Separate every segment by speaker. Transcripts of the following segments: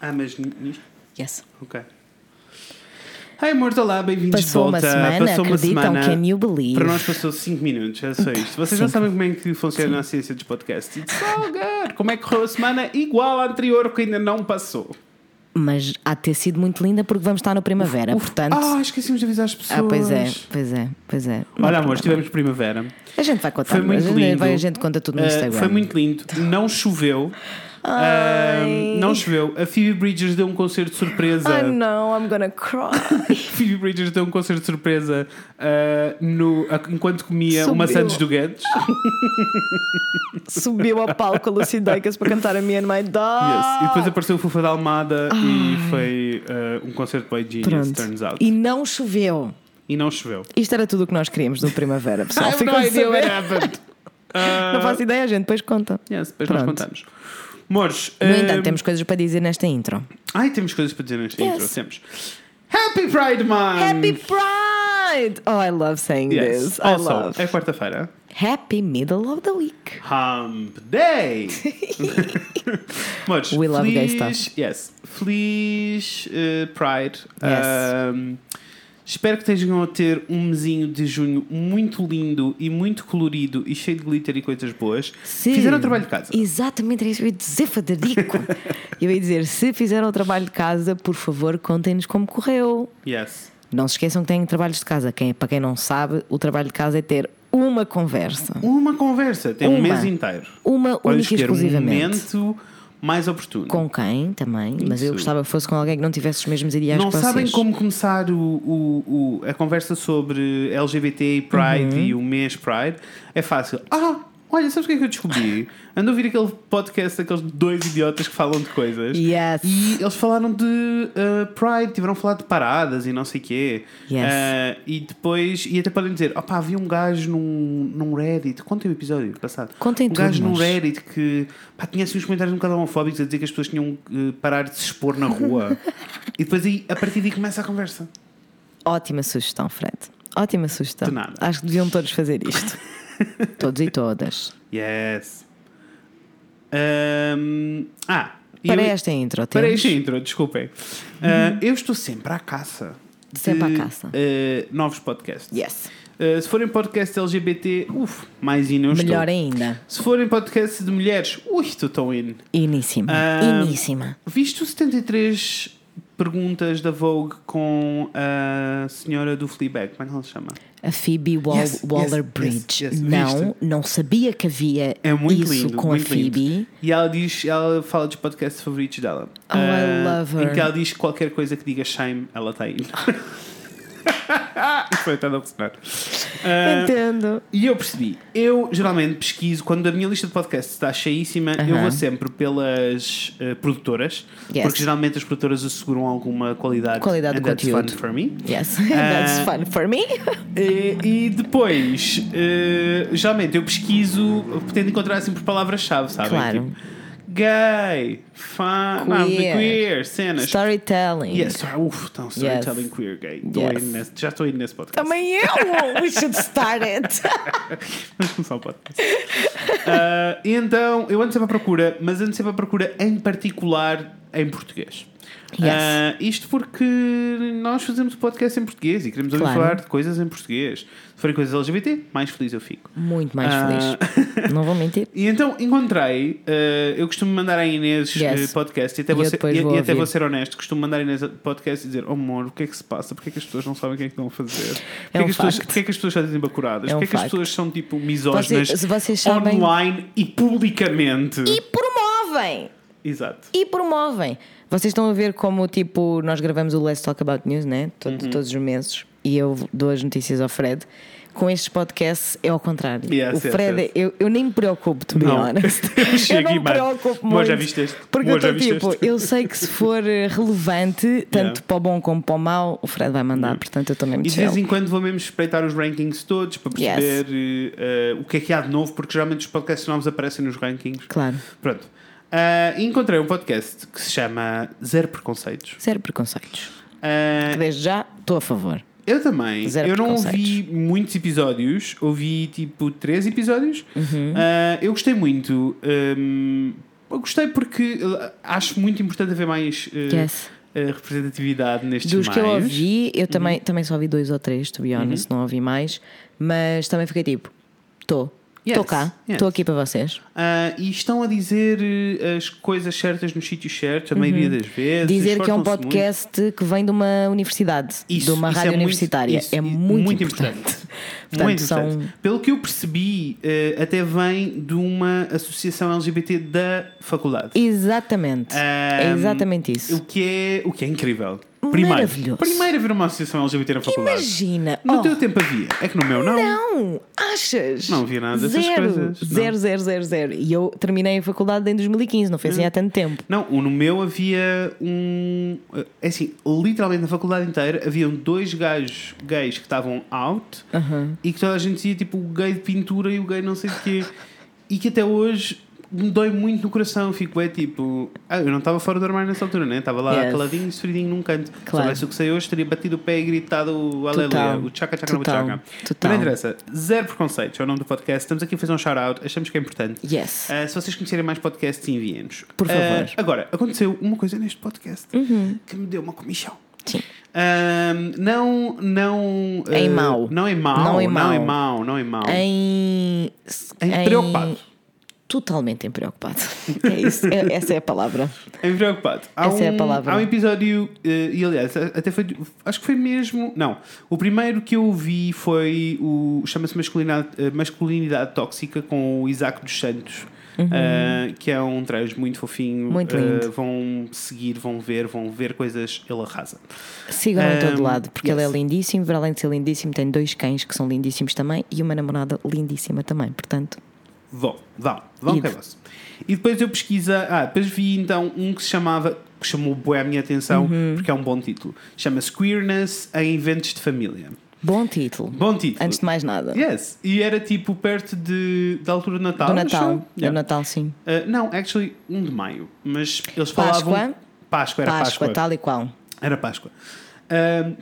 Speaker 1: Ah, mas n- nisto?
Speaker 2: Yes.
Speaker 1: Ok. Hi, amor, olá, bem-vindos de
Speaker 2: Passou uma
Speaker 1: volta.
Speaker 2: semana, acreditam? é Can you believe?
Speaker 1: Para nós passou 5 minutos, é só isto. Vocês já
Speaker 2: Sim.
Speaker 1: sabem como é que funciona a ciência dos podcasts. It's all good. Como é que correu a semana igual à anterior que ainda não passou?
Speaker 2: Mas há de ter sido muito linda porque vamos estar no primavera, portanto.
Speaker 1: Ah, esquecemos de avisar as pessoas.
Speaker 2: ah, pois é, pois é, pois é. Não
Speaker 1: Olha,
Speaker 2: há
Speaker 1: amor,
Speaker 2: problema.
Speaker 1: tivemos primavera.
Speaker 2: A gente vai contar,
Speaker 1: Foi muito
Speaker 2: a gente,
Speaker 1: lindo.
Speaker 2: vai, a gente conta tudo no
Speaker 1: Ah,
Speaker 2: Instagram.
Speaker 1: foi muito lindo. Não choveu. Ah, não ah. choveu. A Phoebe Bridgers deu um concerto de surpresa.
Speaker 2: I know, I'm gonna cry.
Speaker 1: Phoebe Bridgers deu um concerto de surpresa ah, no, a- enquanto comia
Speaker 3: Subiu.
Speaker 1: uma Santos do Guedes.
Speaker 3: Subiu ao palco a Lucy Dacus para cantar a Me and My
Speaker 1: Yes. E depois
Speaker 3: Dog.
Speaker 1: apareceu o Fufa da Almada e foi ah, um concerto by Genius,
Speaker 3: Pronto.
Speaker 1: turns out.
Speaker 2: e não choveu.
Speaker 1: E não choveu.
Speaker 3: Isto era tudo o que nós queríamos no Primavera,
Speaker 2: Ah,
Speaker 3: pessoal.
Speaker 1: I have
Speaker 3: Ficam
Speaker 2: um
Speaker 1: no
Speaker 3: a
Speaker 1: idea what
Speaker 3: saber.
Speaker 1: happened. Ah,
Speaker 3: Não faço ideia, a gente depois conta.
Speaker 1: yes, depois nós
Speaker 3: Pronto.
Speaker 1: contamos. Mores,
Speaker 2: No entanto,
Speaker 1: ah,
Speaker 2: temos coisas para dizer nesta intro.
Speaker 1: Ai, temos coisas para dizer nesta
Speaker 2: Yes.
Speaker 1: intro. Temos. Happy Pride Month!
Speaker 3: Happy Pride! Oh, I love saying
Speaker 1: Hum. Yes.
Speaker 3: this. I
Speaker 1: Also,
Speaker 3: love.
Speaker 1: é quarta-feira.
Speaker 2: Happy Middle of the Week.
Speaker 1: Hump Day! Much.
Speaker 2: We love gay
Speaker 1: feliz-
Speaker 2: stuff.
Speaker 1: Yes. Feliz eh, Pride.
Speaker 2: Yes.
Speaker 1: Um, espero que estejam a ter um mesinho de junho muito lindo e muito colorido e cheio de glitter e coisas boas.
Speaker 2: Se-
Speaker 1: Fizeram o trabalho de casa.
Speaker 2: Exatamente, era isso que eu ia dizer, Federico. eu ia dizer: se fizeram o trabalho de casa, por favor, contem-nos como correu.
Speaker 1: Yes.
Speaker 2: Não se esqueçam que têm trabalhos de casa. Quem, para quem não sabe, o trabalho de casa é ter uma conversa.
Speaker 1: Uma conversa. Tem um
Speaker 2: Uma.
Speaker 1: mês inteiro.
Speaker 2: Uma
Speaker 1: Podem
Speaker 2: única e
Speaker 1: escolher um
Speaker 2: exclusivamente.
Speaker 1: momento mais oportuno.
Speaker 2: com quem também, mas eu
Speaker 1: Isso.
Speaker 2: gostava que fosse com alguém que não tivesse os mesmos ideais
Speaker 1: Não
Speaker 2: que vocês.
Speaker 1: sabem como começar o- o- o- a conversa sobre LGBT e Pride
Speaker 2: Uhum.
Speaker 1: e o mês Pride? É fácil. Ah, olha, sabes o que é que eu descobri? Ando a ouvir aquele podcast daqueles dois idiotas que falam de coisas.
Speaker 2: Yes.
Speaker 1: E eles falaram de ah, Pride, tiveram a falar de paradas e não sei o quê.
Speaker 2: Yes.
Speaker 1: Ah, e depois, e até podem dizer: opá, havia um gajo num, num Reddit. Contem o episódio passado.
Speaker 2: Contem
Speaker 1: um
Speaker 2: tudo,
Speaker 1: gajo num
Speaker 2: mas-
Speaker 1: Reddit que pá, tinha assim uns comentários um bocado homofóbicos a dizer que as pessoas tinham que eh, parar de se expor na rua. e depois aí, a partir daí começa a conversa.
Speaker 2: Ótima sugestão, Fred. Ótima sugestão.
Speaker 1: De nada.
Speaker 2: Acho que deviam todos fazer isto. todos e todas.
Speaker 1: Yes. Ahm, ah, e
Speaker 2: Para
Speaker 1: eu-
Speaker 2: esta intro,
Speaker 1: Para
Speaker 2: temos
Speaker 1: esta intro, desculpem. Ah, eu estou sempre à caça. de,
Speaker 2: Sempre à caça.
Speaker 1: ah, novos podcasts.
Speaker 2: Yes.
Speaker 1: Uh, se forem podcast LGBT, uff, mais in eu
Speaker 2: melhor
Speaker 1: estou.
Speaker 2: ainda.
Speaker 1: Se forem podcast de mulheres, ui, estou tão in.
Speaker 2: Iníssima.
Speaker 1: Ah,
Speaker 2: Iníssima.
Speaker 1: Viste o 73 perguntas da Vogue com a senhora do Fleabag, como é que ela se chama?
Speaker 2: A Phoebe Wall-
Speaker 1: Yes, yes,
Speaker 2: Waller
Speaker 1: yes,
Speaker 2: Bridge.
Speaker 1: yes.
Speaker 2: Não,
Speaker 1: Viste?
Speaker 2: não sabia que havia
Speaker 1: É muito
Speaker 2: isso
Speaker 1: lindo.
Speaker 2: com
Speaker 1: muito
Speaker 2: a Phoebe.
Speaker 1: Lindo. E ela diz, ela fala dos podcasts favoritos dela. Ah,
Speaker 2: Oh, I love her.
Speaker 1: Em que ela diz que qualquer coisa que diga shame, ela está in. Foi até a funcionar. Ah,
Speaker 2: Então-
Speaker 3: Entendo.
Speaker 1: E eu percebi, eu geralmente pesquiso, quando a minha lista de podcasts está cheíssima, eu
Speaker 2: Aham.
Speaker 1: vou sempre pelas eh, produtoras,
Speaker 2: Yes.
Speaker 1: porque geralmente as produtoras asseguram alguma qualidade.
Speaker 2: Qualidade
Speaker 1: and
Speaker 2: do
Speaker 1: that's
Speaker 2: conteúdo.
Speaker 1: fun for me.
Speaker 2: Yes, that's
Speaker 1: Ah,
Speaker 2: fun for me.
Speaker 1: Eh, E, depois, eh, geralmente eu pesquiso, tento encontrar assim por palavras-chave, sabem?
Speaker 2: Claro.
Speaker 1: Tipo, gay, fan, não,
Speaker 2: Queer.
Speaker 1: queer, cenas.
Speaker 2: Storytelling.
Speaker 1: Yes, story, uf, então, storytelling queer gay. Tô
Speaker 2: Yes.
Speaker 1: indo nesse- já estou indo nesse podcast.
Speaker 3: Também eu!
Speaker 2: We should start it.
Speaker 1: Vamos começar o podcast. Ah, e então, eu ando sempre à procura, mas ando sempre à procura em particular em português.
Speaker 2: Yes.
Speaker 1: Ah, isto porque nós fazemos o podcast em português e queremos ouvir
Speaker 2: Claro.
Speaker 1: falar de coisas em português. Se forem coisas LGBT, mais feliz eu fico.
Speaker 2: Muito mais
Speaker 1: Ah.
Speaker 2: feliz. Não vou mentir.
Speaker 1: E então encontrei, eh, eu costumo mandar a Inês
Speaker 2: Yes.
Speaker 1: eh, podcast e até,
Speaker 2: E
Speaker 1: vou
Speaker 2: eu
Speaker 1: ser,
Speaker 2: depois
Speaker 1: e-
Speaker 2: vou
Speaker 1: e até
Speaker 2: ouvir.
Speaker 1: vou ser honesto, costumo mandar a Inês podcast e dizer, oh amor, o que é que se passa? Porquê é que as pessoas não sabem o que é que estão a fazer? Porquê,
Speaker 2: É
Speaker 1: é
Speaker 2: um
Speaker 1: que, as pessoas,
Speaker 2: facto.
Speaker 1: porquê é que as pessoas só dizem bacuradas?
Speaker 2: É um
Speaker 1: porquê é que as
Speaker 2: facto.
Speaker 1: pessoas são tipo misóginas
Speaker 2: Vocês- se vocês sabem-
Speaker 1: online e publicamente?
Speaker 2: E promovem!
Speaker 1: Exato.
Speaker 2: E promovem! Vocês estão a ver como, tipo, nós gravamos o Let's Talk About News, né? Todo,
Speaker 1: Uhum.
Speaker 2: Todos os meses. E eu dou as notícias ao Fred. Com estes podcasts é ao contrário.
Speaker 1: Yes,
Speaker 2: o
Speaker 1: yes,
Speaker 2: Fred, é-
Speaker 1: yes.
Speaker 2: Eu, eu nem me preocupo, to be
Speaker 1: Não.
Speaker 2: honest. eu
Speaker 1: Chega
Speaker 2: não
Speaker 1: e
Speaker 2: me
Speaker 1: mais.
Speaker 2: preocupo
Speaker 1: Bom,
Speaker 2: muito.
Speaker 1: já viste este?
Speaker 2: Porque
Speaker 1: Bom,
Speaker 2: eu
Speaker 1: já
Speaker 2: estou
Speaker 1: viste
Speaker 2: tipo,
Speaker 1: este?
Speaker 2: eu sei que se for eh, relevante, tanto
Speaker 1: Yeah. Uhum.
Speaker 2: para o bom como para o mau, o Fred vai mandar, portanto eu estou mesmo
Speaker 1: E de vez
Speaker 2: chill.
Speaker 1: em quando vou mesmo espreitar os rankings todos para
Speaker 2: Yes.
Speaker 1: perceber eh, eh, o que é que há de novo, porque geralmente os podcasts novos aparecem nos rankings.
Speaker 2: Claro.
Speaker 1: Pronto. Ah, e encontrei um podcast que se chama Zero Preconceitos.
Speaker 2: Zero preconceitos.
Speaker 1: Ah,
Speaker 2: Que Desde já, estou a favor.
Speaker 1: Eu também.
Speaker 2: Zero
Speaker 1: eu não
Speaker 2: preconceitos.
Speaker 1: ouvi muitos episódios,
Speaker 2: Uhum.
Speaker 1: ouvi tipo três episódios. Ah, eu gostei muito. hum, Eu gostei porque eh, acho muito importante haver mais eh,
Speaker 2: Yes.
Speaker 1: eh, representatividade nestes
Speaker 2: Dos
Speaker 1: mais.
Speaker 2: que eu ouvi,
Speaker 1: Uhum.
Speaker 2: eu também, também só ouvi dois ou três, to be honest, não ouvi mais. Mas também fiquei tipo, estou.
Speaker 1: Yes,
Speaker 2: Estou cá,
Speaker 1: yes.
Speaker 2: estou aqui para vocês.
Speaker 1: Ah, e estão a dizer eh, as coisas certas nos sítios certos, a maioria das vezes.
Speaker 2: Uhum. Dizer que é um
Speaker 1: esforçam-se muito.
Speaker 2: podcast que vem de uma universidade, de uma rádio
Speaker 1: é muito-
Speaker 2: universitária.
Speaker 1: isso,
Speaker 2: é
Speaker 1: i-
Speaker 2: muito, importante. Portanto,
Speaker 1: muito
Speaker 2: são-
Speaker 1: importante. Pelo que eu percebi, eh, até vem de uma associação LGBT da faculdade.
Speaker 2: Exatamente. é
Speaker 1: Ahm,
Speaker 2: exatamente isso.
Speaker 1: O que é, o que é incrível.
Speaker 2: Maravilhoso.
Speaker 1: primeiro haver uma associação LGBT na faculdade.
Speaker 2: Imagina!
Speaker 1: No
Speaker 2: oh,
Speaker 1: teu tempo havia. É que no meu não.
Speaker 2: Não! Achas?
Speaker 1: Não havia nada dessas
Speaker 2: zero.
Speaker 1: coisas, não.
Speaker 2: Zero, zero, zero, zero. E eu terminei a faculdade em 2015, não foi
Speaker 1: Hum.
Speaker 2: assim há tanto tempo.
Speaker 1: Não, o- no meu havia um. É assim, literalmente na faculdade inteira haviam dois gajos gays que estavam out e que toda a gente dizia tipo o gay de pintura e o gay não sei de quê. e que até hoje me dói muito no coração. Fico, é tipo. Ah, eu não estava fora do armário nessa altura, né? Estava lá
Speaker 2: Yes.
Speaker 1: caladinho, sofridinho num canto. Se
Speaker 2: Claro.
Speaker 1: soubesse o que sei hoje, teria batido o pé e gritado o aleluia, o tchaca tchaca no
Speaker 2: Total.
Speaker 1: tchaca. Mas
Speaker 2: Total.
Speaker 1: não interessa, zero preconceitos é o nome do podcast. Estamos aqui a fazer um shout out, achamos que é importante.
Speaker 2: Yes.
Speaker 1: Uh, se vocês conhecerem mais podcasts, enviem-nos.
Speaker 2: Por
Speaker 1: Uh,
Speaker 2: favor. Uhum.
Speaker 1: agora, aconteceu uma coisa neste podcast que me deu uma comichão.
Speaker 2: Sim.
Speaker 1: Um, não, não.
Speaker 2: Em
Speaker 1: uh,
Speaker 2: mau.
Speaker 1: Não é mau. Não
Speaker 2: Não
Speaker 1: é
Speaker 2: em mau.
Speaker 1: mau. Não é mau.
Speaker 2: Em.
Speaker 1: Em preocupado.
Speaker 2: Totalmente em preocupado. É isso. É- essa é a palavra.
Speaker 1: Em preocupado. Há
Speaker 2: Essa
Speaker 1: um,
Speaker 2: é a palavra.
Speaker 1: Há um episódio, eh, e aliás, a- até foi. Acho que foi mesmo. Não. O primeiro que eu ouvi foi o. Chama-se Masculinidade, eh, Masculinidade Tóxica com o Isaac dos Santos. eh, que é um traje muito fofinho.
Speaker 2: Uhum. Muito
Speaker 1: Eh,
Speaker 2: lindo.
Speaker 1: vão seguir, vão ver, vão ver coisas. Ele arrasa.
Speaker 2: Sigam em todo
Speaker 1: Um,
Speaker 2: lado, porque ele é
Speaker 1: yes.
Speaker 2: lindíssimo. Para além de ser lindíssimo, tem dois cães que são lindíssimos também e uma namorada lindíssima também. Portanto,
Speaker 1: Vão, vão, vão
Speaker 2: E-
Speaker 1: que é vosso. E depois eu pesquisa, ah, depois vi então um que se chamava, que chamou bué a minha atenção,
Speaker 2: Uhum.
Speaker 1: porque é um bom título. Chama-se Queerness em Eventos de Família.
Speaker 2: bom título.
Speaker 1: Bom título.
Speaker 2: Antes de mais nada.
Speaker 1: Yes, e era tipo perto de, da altura do Natal.
Speaker 2: Do
Speaker 1: não
Speaker 2: Natal.
Speaker 1: achou?
Speaker 2: Do
Speaker 1: Yeah.
Speaker 2: Natal, sim.
Speaker 1: Ah, não, actually, 1 de maio. Mas eles
Speaker 2: Páscoa?
Speaker 1: falavam. Páscoa, um- era
Speaker 2: Páscoa,
Speaker 1: Páscoa.
Speaker 2: tal e qual.
Speaker 1: Era Páscoa. Ahm,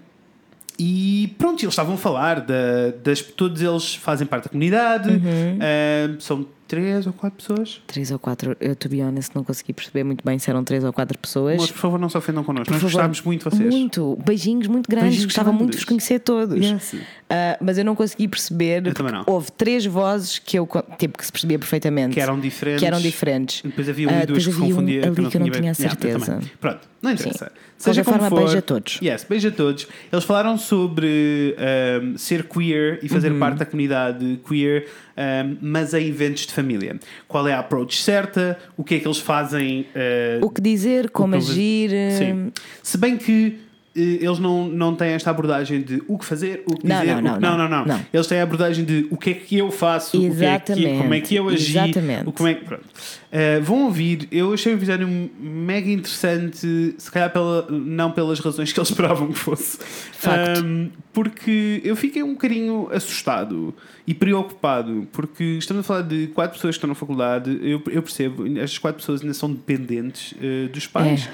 Speaker 1: e pronto, eles estavam a falar da- das. Todos eles fazem parte da comunidade.
Speaker 2: Uhum.
Speaker 1: Ahm, são três ou quatro pessoas.
Speaker 2: Três ou quatro, eu, to be honest, não consegui perceber muito bem se eram três ou quatro pessoas.
Speaker 1: Mas por favor, não se ofendam connosco.
Speaker 2: Por
Speaker 1: Nós
Speaker 2: favor.
Speaker 1: gostávamos muito de vocês.
Speaker 2: Muito, beijinhos muito grandes,
Speaker 1: Beijinhos
Speaker 2: gostava muito de
Speaker 1: grandes.
Speaker 2: vos conhecer todos.
Speaker 1: Yes.
Speaker 2: Ah, mas eu não consegui perceber.
Speaker 1: Eu também não.
Speaker 2: porque Houve três vozes que eu con- tipo, que se percebia perfeitamente.
Speaker 1: Que eram diferentes.
Speaker 2: Que eram diferentes.
Speaker 1: Depois havia um e duas
Speaker 2: Ah,
Speaker 1: que
Speaker 2: depois
Speaker 1: se
Speaker 2: havia um
Speaker 1: confundia.
Speaker 2: ali que eu não
Speaker 1: tinha bem-
Speaker 2: tinha a
Speaker 1: Yeah, eu também.
Speaker 2: certeza.
Speaker 1: Pronto, não interessa.
Speaker 2: Sim.
Speaker 1: Seja
Speaker 2: Qualquer
Speaker 1: como
Speaker 2: forma,
Speaker 1: for,
Speaker 2: beijo a todos.
Speaker 1: Yes, beijo a todos. Eles falaram sobre ahm, ser queer e
Speaker 2: Uhum.
Speaker 1: fazer parte da comunidade queer, ahm, mas em eventos de família. Qual é a approach certa? O que é que eles fazem? ah,
Speaker 2: O que dizer, como
Speaker 1: que eu-
Speaker 2: agir. ah,
Speaker 1: Sim. Se bem que eh, eles não, não têm esta abordagem de o que fazer, o que
Speaker 2: Não,
Speaker 1: dizer,
Speaker 2: não,
Speaker 1: o que-
Speaker 2: não, não, não.
Speaker 1: Eles têm a abordagem de o que é que eu faço, o que é que,
Speaker 2: Exatamente,
Speaker 1: como é que eu agi,
Speaker 2: exatamente.
Speaker 1: o como é que- pronto. Eh, vão ouvir, eu achei o episódio mega interessante, se calhar pela, não pelas razões que eles esperavam que fosse.
Speaker 2: Facto.
Speaker 1: Ahm, porque eu fiquei um bocadinho assustado e preocupado, porque estamos a falar de quatro pessoas que estão na faculdade, eu, eu percebo, estas quatro pessoas ainda são dependentes eh, dos
Speaker 2: É.
Speaker 1: pais.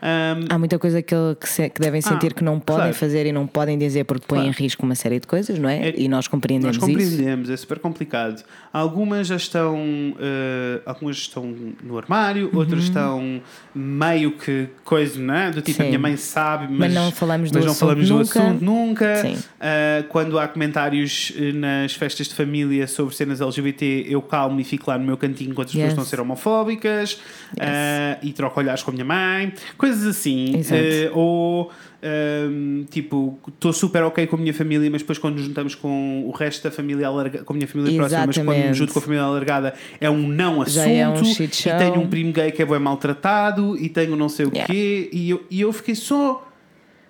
Speaker 1: Ahm,
Speaker 2: Há muita coisa que, ele- que se- que devem sentir que não podem
Speaker 1: Ah, claro.
Speaker 2: fazer e não podem dizer porque põem em risco uma série de coisas, não é?
Speaker 1: É-
Speaker 2: e nós compreendemos,
Speaker 1: Nós
Speaker 2: isso.
Speaker 1: compreendemos, é super complicado. Algumas já estão, eh, algumas estão no armário, outras
Speaker 2: Uhum.
Speaker 1: estão meio que coisa, não é? Do tipo, a
Speaker 2: Sim.
Speaker 1: minha mãe sabe, mas,
Speaker 2: Mas não falamos do
Speaker 1: mas não
Speaker 2: assunto
Speaker 1: falamos do
Speaker 2: nunca.
Speaker 1: assunto nunca.
Speaker 2: Sim.
Speaker 1: Eh, quando há comentários eh, nas festas de família sobre cenas LGBT, eu calmo e fico lá no meu cantinho enquanto as pessoas
Speaker 2: Yes.
Speaker 1: estão a ser homofóbicas eh, e troco olhares com a minha mãe, coisas assim.
Speaker 2: Exato.
Speaker 1: Eh, ou ehm, tipo, estou super ok com a minha família, mas depois quando nos juntamos com o resto da família alargada, com a minha família próxima, mas quando me
Speaker 2: Exatamente.
Speaker 1: junto com a família alargada é um não assunto.
Speaker 2: Já é um
Speaker 1: e
Speaker 2: shit show.
Speaker 1: tenho um primo gay que é bem maltratado e tenho não sei o
Speaker 2: Yeah.
Speaker 1: quê, e eu, e eu fiquei só.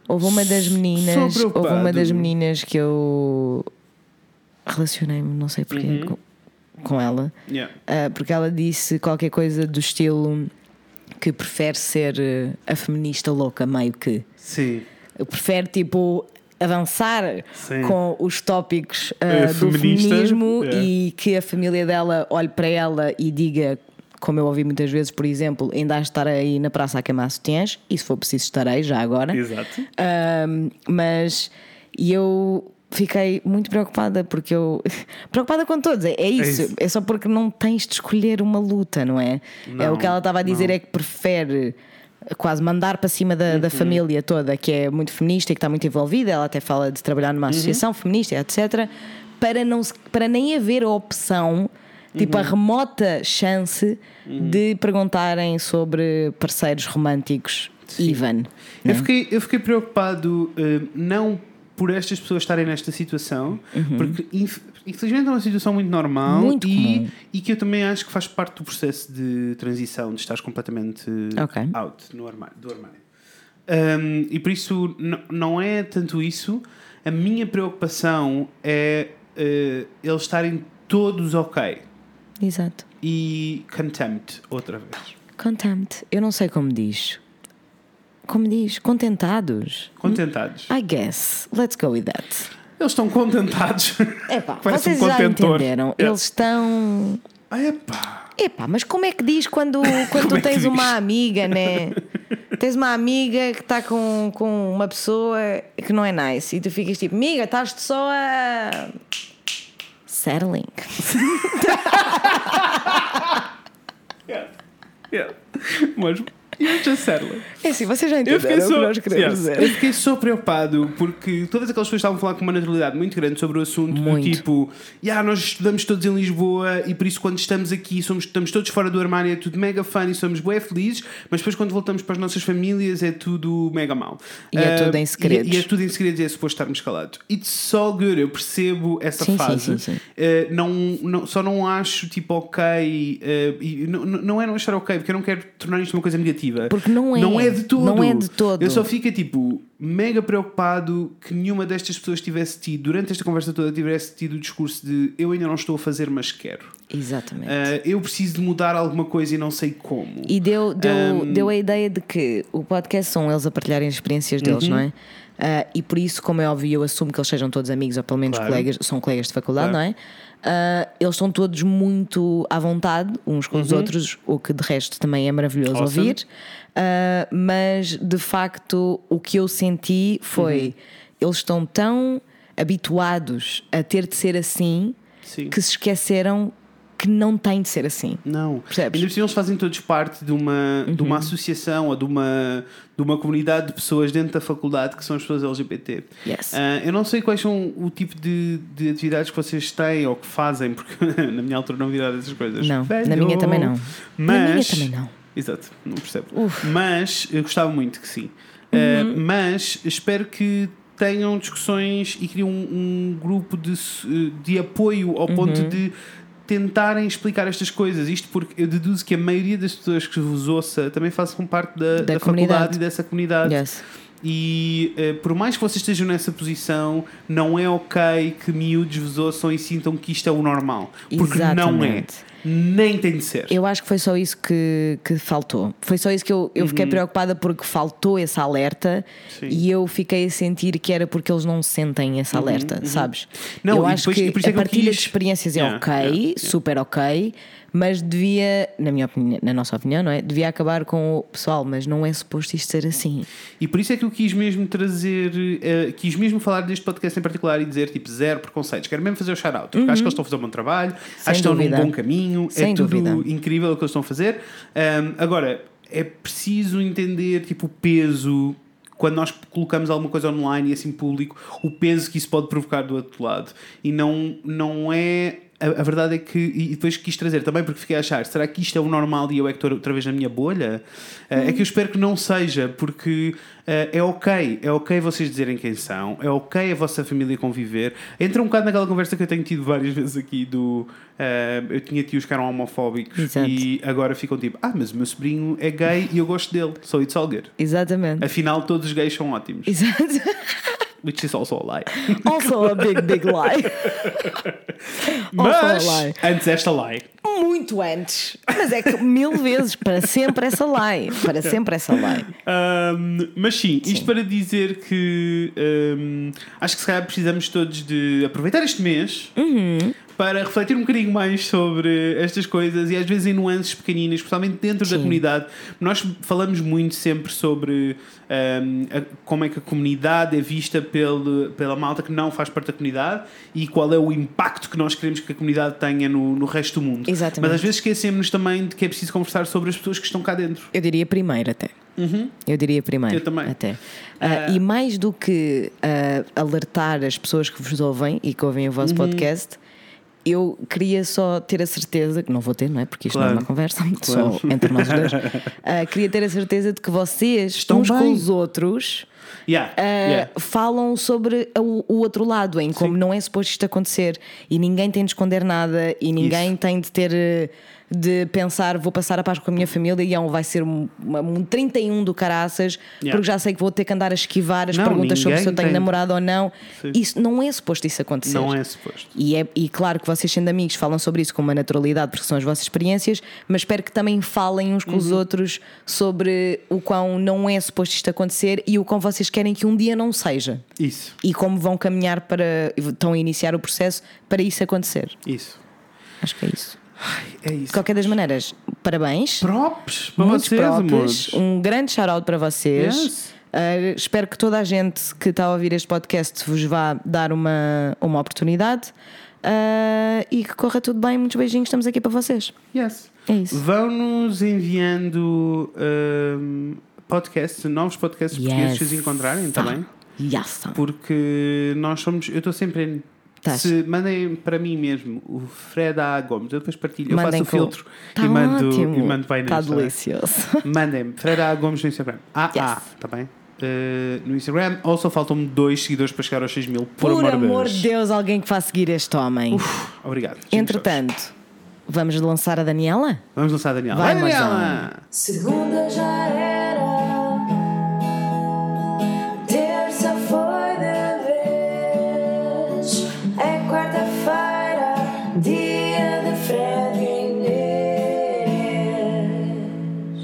Speaker 2: Houve uma das
Speaker 1: Sou
Speaker 2: meninas,
Speaker 1: preocupado.
Speaker 2: houve uma das meninas que eu relacionei-me, não sei porquê,
Speaker 1: Uhum.
Speaker 2: com, com ela,
Speaker 1: Yeah.
Speaker 2: ah, porque ela disse qualquer coisa do estilo que prefere ser ah, a feminista louca, meio que.
Speaker 1: Sim.
Speaker 2: Eu prefiro tipo avançar
Speaker 1: Sim.
Speaker 2: com os tópicos ah,
Speaker 1: É,
Speaker 2: do
Speaker 1: feminista,
Speaker 2: feminismo
Speaker 1: é.
Speaker 2: e que a família dela olhe para ela e diga como eu ouvi muitas vezes, por exemplo, ainda há de estar aí na praça a queimar
Speaker 1: Né?
Speaker 2: sutiãs, e se for preciso estarei já agora.
Speaker 1: Exato.
Speaker 2: Ahm, mas e eu fiquei muito preocupada porque eu. Preocupada com todos, é, é isso. É
Speaker 1: isso.
Speaker 2: só porque não tens de escolher uma luta, não é? é
Speaker 1: Não,
Speaker 2: o que ela estava a dizer é que prefere quase mandar para cima da, da família toda, que é muito feminista e que está muito envolvida. Ela até fala de trabalhar numa associação feminista, etc. Para, não, se- para nem haver a opção. Tipo, a remota chance de perguntarem sobre parceiros românticos, Ivan.
Speaker 1: Eu fiquei, eu fiquei preocupado eh, não por estas pessoas estarem nesta situação, porque inf- infelizmente é uma situação muito normal
Speaker 2: Uhum. Muito comum.
Speaker 1: e, e que eu também acho que faz parte do processo de transição, de estar completamente eh,
Speaker 2: Ok.
Speaker 1: out no armário, do armário. Um, e por isso n- não é tanto isso. A minha preocupação é eh, eles estarem todos ok.
Speaker 2: é? Exato.
Speaker 1: E contempt, outra vez.
Speaker 2: Contempt. Eu não sei como diz. Como diz? Contentados.
Speaker 1: Contentados.
Speaker 2: I guess. Let's go with that.
Speaker 1: Eles estão contentados.
Speaker 2: Epá,
Speaker 1: Parece um
Speaker 2: vocês já
Speaker 1: contentor. É.
Speaker 2: entenderam.
Speaker 1: Yeah.
Speaker 2: Eles estão.
Speaker 1: Epá.
Speaker 2: Epá, mas como é que diz quando,
Speaker 1: Como
Speaker 2: quando tu
Speaker 1: é que
Speaker 2: tens
Speaker 1: diz?
Speaker 2: uma amiga, né? tens uma amiga que está com, com uma pessoa que não é nice e tu ficas tipo, amiga, estás-te só a. Settling.
Speaker 1: Yeah. Yeah. é. Mas eu já sério.
Speaker 2: É assim, vocês já
Speaker 1: Eu
Speaker 2: entenderam
Speaker 1: fiquei,
Speaker 2: o que
Speaker 1: só,
Speaker 2: nós queremos
Speaker 1: Yeah.
Speaker 2: dizer.
Speaker 1: eu fiquei só preocupado porque todas aquelas pessoas estavam a falar com uma naturalidade muito grande sobre o assunto
Speaker 2: Muito.
Speaker 1: do tipo, yeah, nós estudamos todos em Lisboa e por isso quando estamos aqui somos, estamos todos fora do armário, é tudo mega fã e somos bué felizes, mas depois quando voltamos para as nossas famílias é tudo mega mau.
Speaker 2: E é
Speaker 1: Ah,
Speaker 2: tudo em
Speaker 1: e-
Speaker 2: segredos.
Speaker 1: E, é tudo em segredos e é suposto estarmos calados. It's all good, eu percebo essa
Speaker 2: Sim, sim,
Speaker 1: fase.
Speaker 2: sim, sim.
Speaker 1: Uh, não, não- só não acho tipo ok. uh, e não, não- não é não achar ok, porque eu não quero tornar isto uma coisa negativa.
Speaker 2: Porque não é.
Speaker 1: Não é de todo.
Speaker 2: Não é de todo.
Speaker 1: Eu só fico tipo mega preocupado que nenhuma destas pessoas tivesse tido, durante esta conversa toda, tivesse tido o discurso de eu ainda não estou a fazer, mas quero.
Speaker 2: Exatamente.
Speaker 1: Uh, eu preciso de mudar alguma coisa e não sei como.
Speaker 2: E deu, deu, deu a ideia de que o podcast são eles a partilharem as experiências deles,
Speaker 1: Uhum.
Speaker 2: não é? Ah, e por isso, como é óbvio, eu assumo que eles sejam todos amigos, ou pelo menos
Speaker 1: Claro.
Speaker 2: colegas, são colegas de faculdade,
Speaker 1: Claro.
Speaker 2: não é? Ah, eles estão todos muito à vontade uns com os outros, o que de resto também é maravilhoso
Speaker 1: Uhum. Awesome.
Speaker 2: ouvir. Ah, mas de facto, o que eu senti foi
Speaker 1: Uhum.
Speaker 2: eles estão tão habituados a ter de ser assim
Speaker 1: Sim.
Speaker 2: que se esqueceram que não tem de ser assim.
Speaker 1: Não.
Speaker 2: Percebes? Uhum.
Speaker 1: Ainda por cima eles fazem todos parte de uma, de uma associação ou de uma, de uma comunidade de pessoas dentro da faculdade que são as pessoas LGBT.
Speaker 2: Yes.
Speaker 1: Ah, eu não sei quais são o tipo de, de atividades que vocês têm ou que fazem, porque na minha altura não havia nada dessas coisas.
Speaker 2: Não,
Speaker 1: Velho.
Speaker 2: na minha também não.
Speaker 1: Mas,
Speaker 2: Na minha também não.
Speaker 1: Exato, não percebo.
Speaker 2: Uf. Uhum.
Speaker 1: Mas eu gostava muito que sim. Ah, mas espero que tenham discussões e criem um, um grupo de, su- de apoio ao ponto
Speaker 2: Uhum.
Speaker 1: de tentarem explicar estas coisas. Isto porque eu deduzo que a maioria das pessoas que vos ouça também façam parte da,
Speaker 2: Da
Speaker 1: da faculdade
Speaker 2: comunidade.
Speaker 1: e dessa comunidade.
Speaker 2: Yes.
Speaker 1: E eh, por mais que vocês estejam nessa posição, não é ok que miúdos vos ouçam e sintam que isto é o normal. Porque não é.
Speaker 2: Exatamente.
Speaker 1: Nem tem de ser.
Speaker 2: Eu acho que foi só isso que, que faltou. Foi só isso que eu, eu fiquei preocupada porque faltou esse alerta
Speaker 1: Uhum. Sim. Uhum,
Speaker 2: e eu fiquei a sentir que era porque eles não sentem esse alerta, sabes?
Speaker 1: Não,
Speaker 2: eu
Speaker 1: e
Speaker 2: acho
Speaker 1: depois- e por
Speaker 2: que
Speaker 1: isso é
Speaker 2: a
Speaker 1: que eu
Speaker 2: partilha
Speaker 1: quis-
Speaker 2: de experiências é
Speaker 1: Yeah,
Speaker 2: ok,
Speaker 1: yeah,
Speaker 2: super ok, mas devia, na minha opinião, na nossa opinião, não é? Devia acabar com o pessoal, mas não é suposto isto ser assim.
Speaker 1: E por isso é que eu quis mesmo trazer, eh, quis mesmo falar deste podcast em particular e dizer tipo zero preconceitos. Quero mesmo fazer o shout-out, porque acho que eles estão a fazer um bom trabalho, acho que estão num
Speaker 2: Uhum. dúvida.
Speaker 1: bom caminho, é
Speaker 2: Sem
Speaker 1: tudo
Speaker 2: dúvida.
Speaker 1: incrível o que eles estão a fazer. Ahm, agora, é preciso entender tipo o peso. Quando nós colocamos alguma coisa online e assim público, o peso que isso pode provocar do outro lado. E não, não é. A, a verdade é que. E depois quis trazer também, porque fiquei a achar: será que isto é o normal e eu é que estou outra vez na minha bolha? Eh, É que eu espero que não seja, porque eh, é ok. É ok vocês dizerem quem são, é ok a vossa família conviver. Entra um bocado naquela conversa que eu tenho tido várias vezes aqui do. eh, eu tinha tios que eram homofóbicos
Speaker 2: Exato.
Speaker 1: e agora ficam tipo: ah, mas o meu sobrinho é gay e eu gosto dele, so it's all good.
Speaker 2: Exatamente.
Speaker 1: Afinal, todos os gays são ótimos.
Speaker 2: Exato.
Speaker 1: Which is also a lie.
Speaker 2: also a big, big lie.
Speaker 1: Mas,
Speaker 2: a lie.
Speaker 1: antes esta lie.
Speaker 2: Muito antes. Mas é que mil vezes, para sempre essa lei. Para sempre essa lei.
Speaker 1: Ahm, mas sim, isto para dizer que ahm, acho que se calhar precisamos todos de aproveitar este mês para refletir um bocadinho mais sobre estas coisas e às vezes em nuances pequeninas, especialmente dentro da comunidade. Nós falamos muito sempre sobre ahm, a- como é que a comunidade é vista pelo, pela malta que não faz parte da comunidade e qual é o impacto que nós queremos que a comunidade tenha no, no resto do mundo.
Speaker 2: Exatamente.
Speaker 1: Mas às vezes esquecemos também de que é preciso conversar sobre as pessoas que estão cá dentro.
Speaker 2: Eu diria primeiro até. Eu diria primeiro.
Speaker 1: Uhum. Eu também.
Speaker 2: Até. Ah, e mais do que ah, alertar as pessoas que vos ouvem e que ouvem o vosso
Speaker 1: Uhum.
Speaker 2: podcast, eu queria só ter a certeza, que não vou ter, não é? Porque isto não é
Speaker 1: Claro.
Speaker 2: uma conversa,
Speaker 1: Claro.
Speaker 2: só entre nós os dois. Ah, queria ter a certeza de que vocês,
Speaker 1: Estão
Speaker 2: uns com
Speaker 1: bem.
Speaker 2: os outros,
Speaker 1: Yeah.
Speaker 2: Uh,
Speaker 1: yeah.
Speaker 2: falam sobre a- o, o outro lado, em como não é suposto isto acontecer e ninguém tem de esconder nada e ninguém tem de ter eh, de pensar vou passar a Páscoa com a minha família e é um, vai ser um, uma- um 31 do caraças
Speaker 1: Yeah.
Speaker 2: porque já sei que vou ter que andar a esquivar as
Speaker 1: Não,
Speaker 2: perguntas sobre
Speaker 1: ninguém
Speaker 2: se eu tenho
Speaker 1: tem.
Speaker 2: namorado ou não.
Speaker 1: Sim.
Speaker 2: Isso não é suposto isso acontecer.
Speaker 1: Não é suposto.
Speaker 2: E, é, e claro que vocês, sendo amigos, falam sobre isso com uma naturalidade, porque são as vossas experiências, mas espero que também falem uns com os outros sobre o quão não é suposto isto acontecer e o quão vocês querem que um dia não seja.
Speaker 1: Isso.
Speaker 2: E como vão caminhar para. estão a iniciar o processo para isso acontecer.
Speaker 1: Isso.
Speaker 2: Acho que é isso.
Speaker 1: É
Speaker 2: De
Speaker 1: isso.
Speaker 2: qualquer das maneiras, parabéns.
Speaker 1: Props para
Speaker 2: Muitos
Speaker 1: vocês,
Speaker 2: próprios.
Speaker 1: amores.
Speaker 2: Um grande shout-out para vocês.
Speaker 1: Yes.
Speaker 2: Uh, espero que toda a gente que está a ouvir este podcast vos vá dar uma, uma oportunidade Uh, e que corra tudo bem. Muitos beijinhos, estamos aqui para vocês.
Speaker 1: Yes.
Speaker 2: É isso.
Speaker 1: Vão-nos enviando hum, podcasts, novos podcasts
Speaker 2: Yes. Tá.
Speaker 1: portugueses que os encontrarem tá também.
Speaker 2: Yassa.
Speaker 1: Porque nós somos. Eu estou sempre em.
Speaker 2: Tás.
Speaker 1: Se mandem para mim mesmo o Fred A. Gomes, eu depois partilho,
Speaker 2: Mandem
Speaker 1: eu faço
Speaker 2: com-
Speaker 1: o filtro
Speaker 2: Tá
Speaker 1: e mando,
Speaker 2: ótimo.
Speaker 1: e mando para a Inês,
Speaker 2: Está
Speaker 1: tá bem?
Speaker 2: delicioso.
Speaker 1: Mandem-me, Fred A. Gomes no Instagram. AA,
Speaker 2: Yes.
Speaker 1: tá bem? Eh, no Instagram. Ou só faltam-me dois seguidores para chegar aos 6 mil. Por,
Speaker 2: Por,
Speaker 1: amor,
Speaker 2: amor
Speaker 1: de
Speaker 2: de
Speaker 1: Deus.
Speaker 2: Deus, alguém que vá seguir este homem.
Speaker 1: Obrigado. Sim,
Speaker 2: Entretanto, vamos lançar a Daniela?
Speaker 1: Vamos lançar a Daniela.
Speaker 2: Vai,
Speaker 1: Daniela!
Speaker 4: Segunda já era, terça foi de vez, é quarta-feira, dia de Fred e Inês.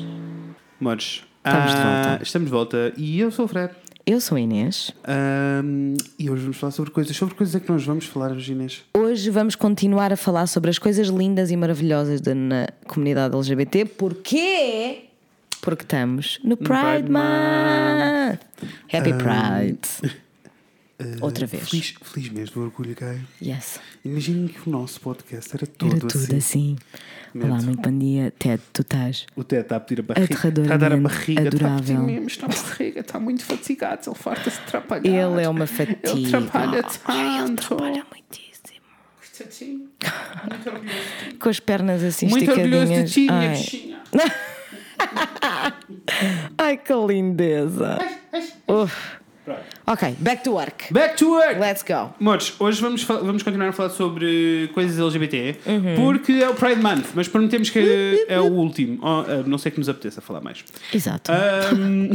Speaker 1: Amores,
Speaker 2: um. Estamos de
Speaker 1: ah,
Speaker 2: volta.
Speaker 1: estamos de volta e eu sou o Fred.
Speaker 2: Eu sou a Inês.
Speaker 1: Ahm, e hoje vamos falar sobre coisas. Sobre coisas é que nós vamos falar hoje, Inês.
Speaker 2: Hoje vamos continuar a falar sobre as coisas lindas e maravilhosas da na comunidade LGBT. Porquê? Porque estamos no Pride
Speaker 1: Pride
Speaker 2: Month. Um, eh, Happy Pride. Outra vez.
Speaker 1: Feliz, feliz mês do orgulho, gay.
Speaker 2: Yes.
Speaker 1: Imaginem que o nosso podcast era todo
Speaker 2: Era tudo
Speaker 1: assim.
Speaker 2: assim.
Speaker 1: Medo.
Speaker 2: Olá, muito bom dia. Ted, tu estás.
Speaker 1: O Ted está a pedir a barriga.
Speaker 2: Aterradoramente
Speaker 1: Está a dar a barriga. Está a pedir
Speaker 2: adorável.
Speaker 1: mesmo, está a barriga. Está muito fatigado. Ele farta-se de trabalhar.
Speaker 2: Ele é uma fatiga.
Speaker 1: Ele trabalha tanto.
Speaker 2: Olha muitíssimo.
Speaker 1: Coitadinho.
Speaker 2: Com as pernas assim
Speaker 1: Muito orgulhoso de
Speaker 2: esticadinhas.
Speaker 1: ti, minha
Speaker 2: Ai.
Speaker 1: coxinha.
Speaker 2: Ai, que lindeza. Uf. Ok, back to work.
Speaker 1: Back to work!
Speaker 2: Let's go.
Speaker 1: Amores, hoje vamos, fa- vamos continuar a falar sobre coisas LGBT,
Speaker 2: Uhum.
Speaker 1: porque é o Pride Month, mas prometemos que é o último, Oh, ah, não sei que nos apeteça falar mais.
Speaker 2: Exato.
Speaker 1: Ahm,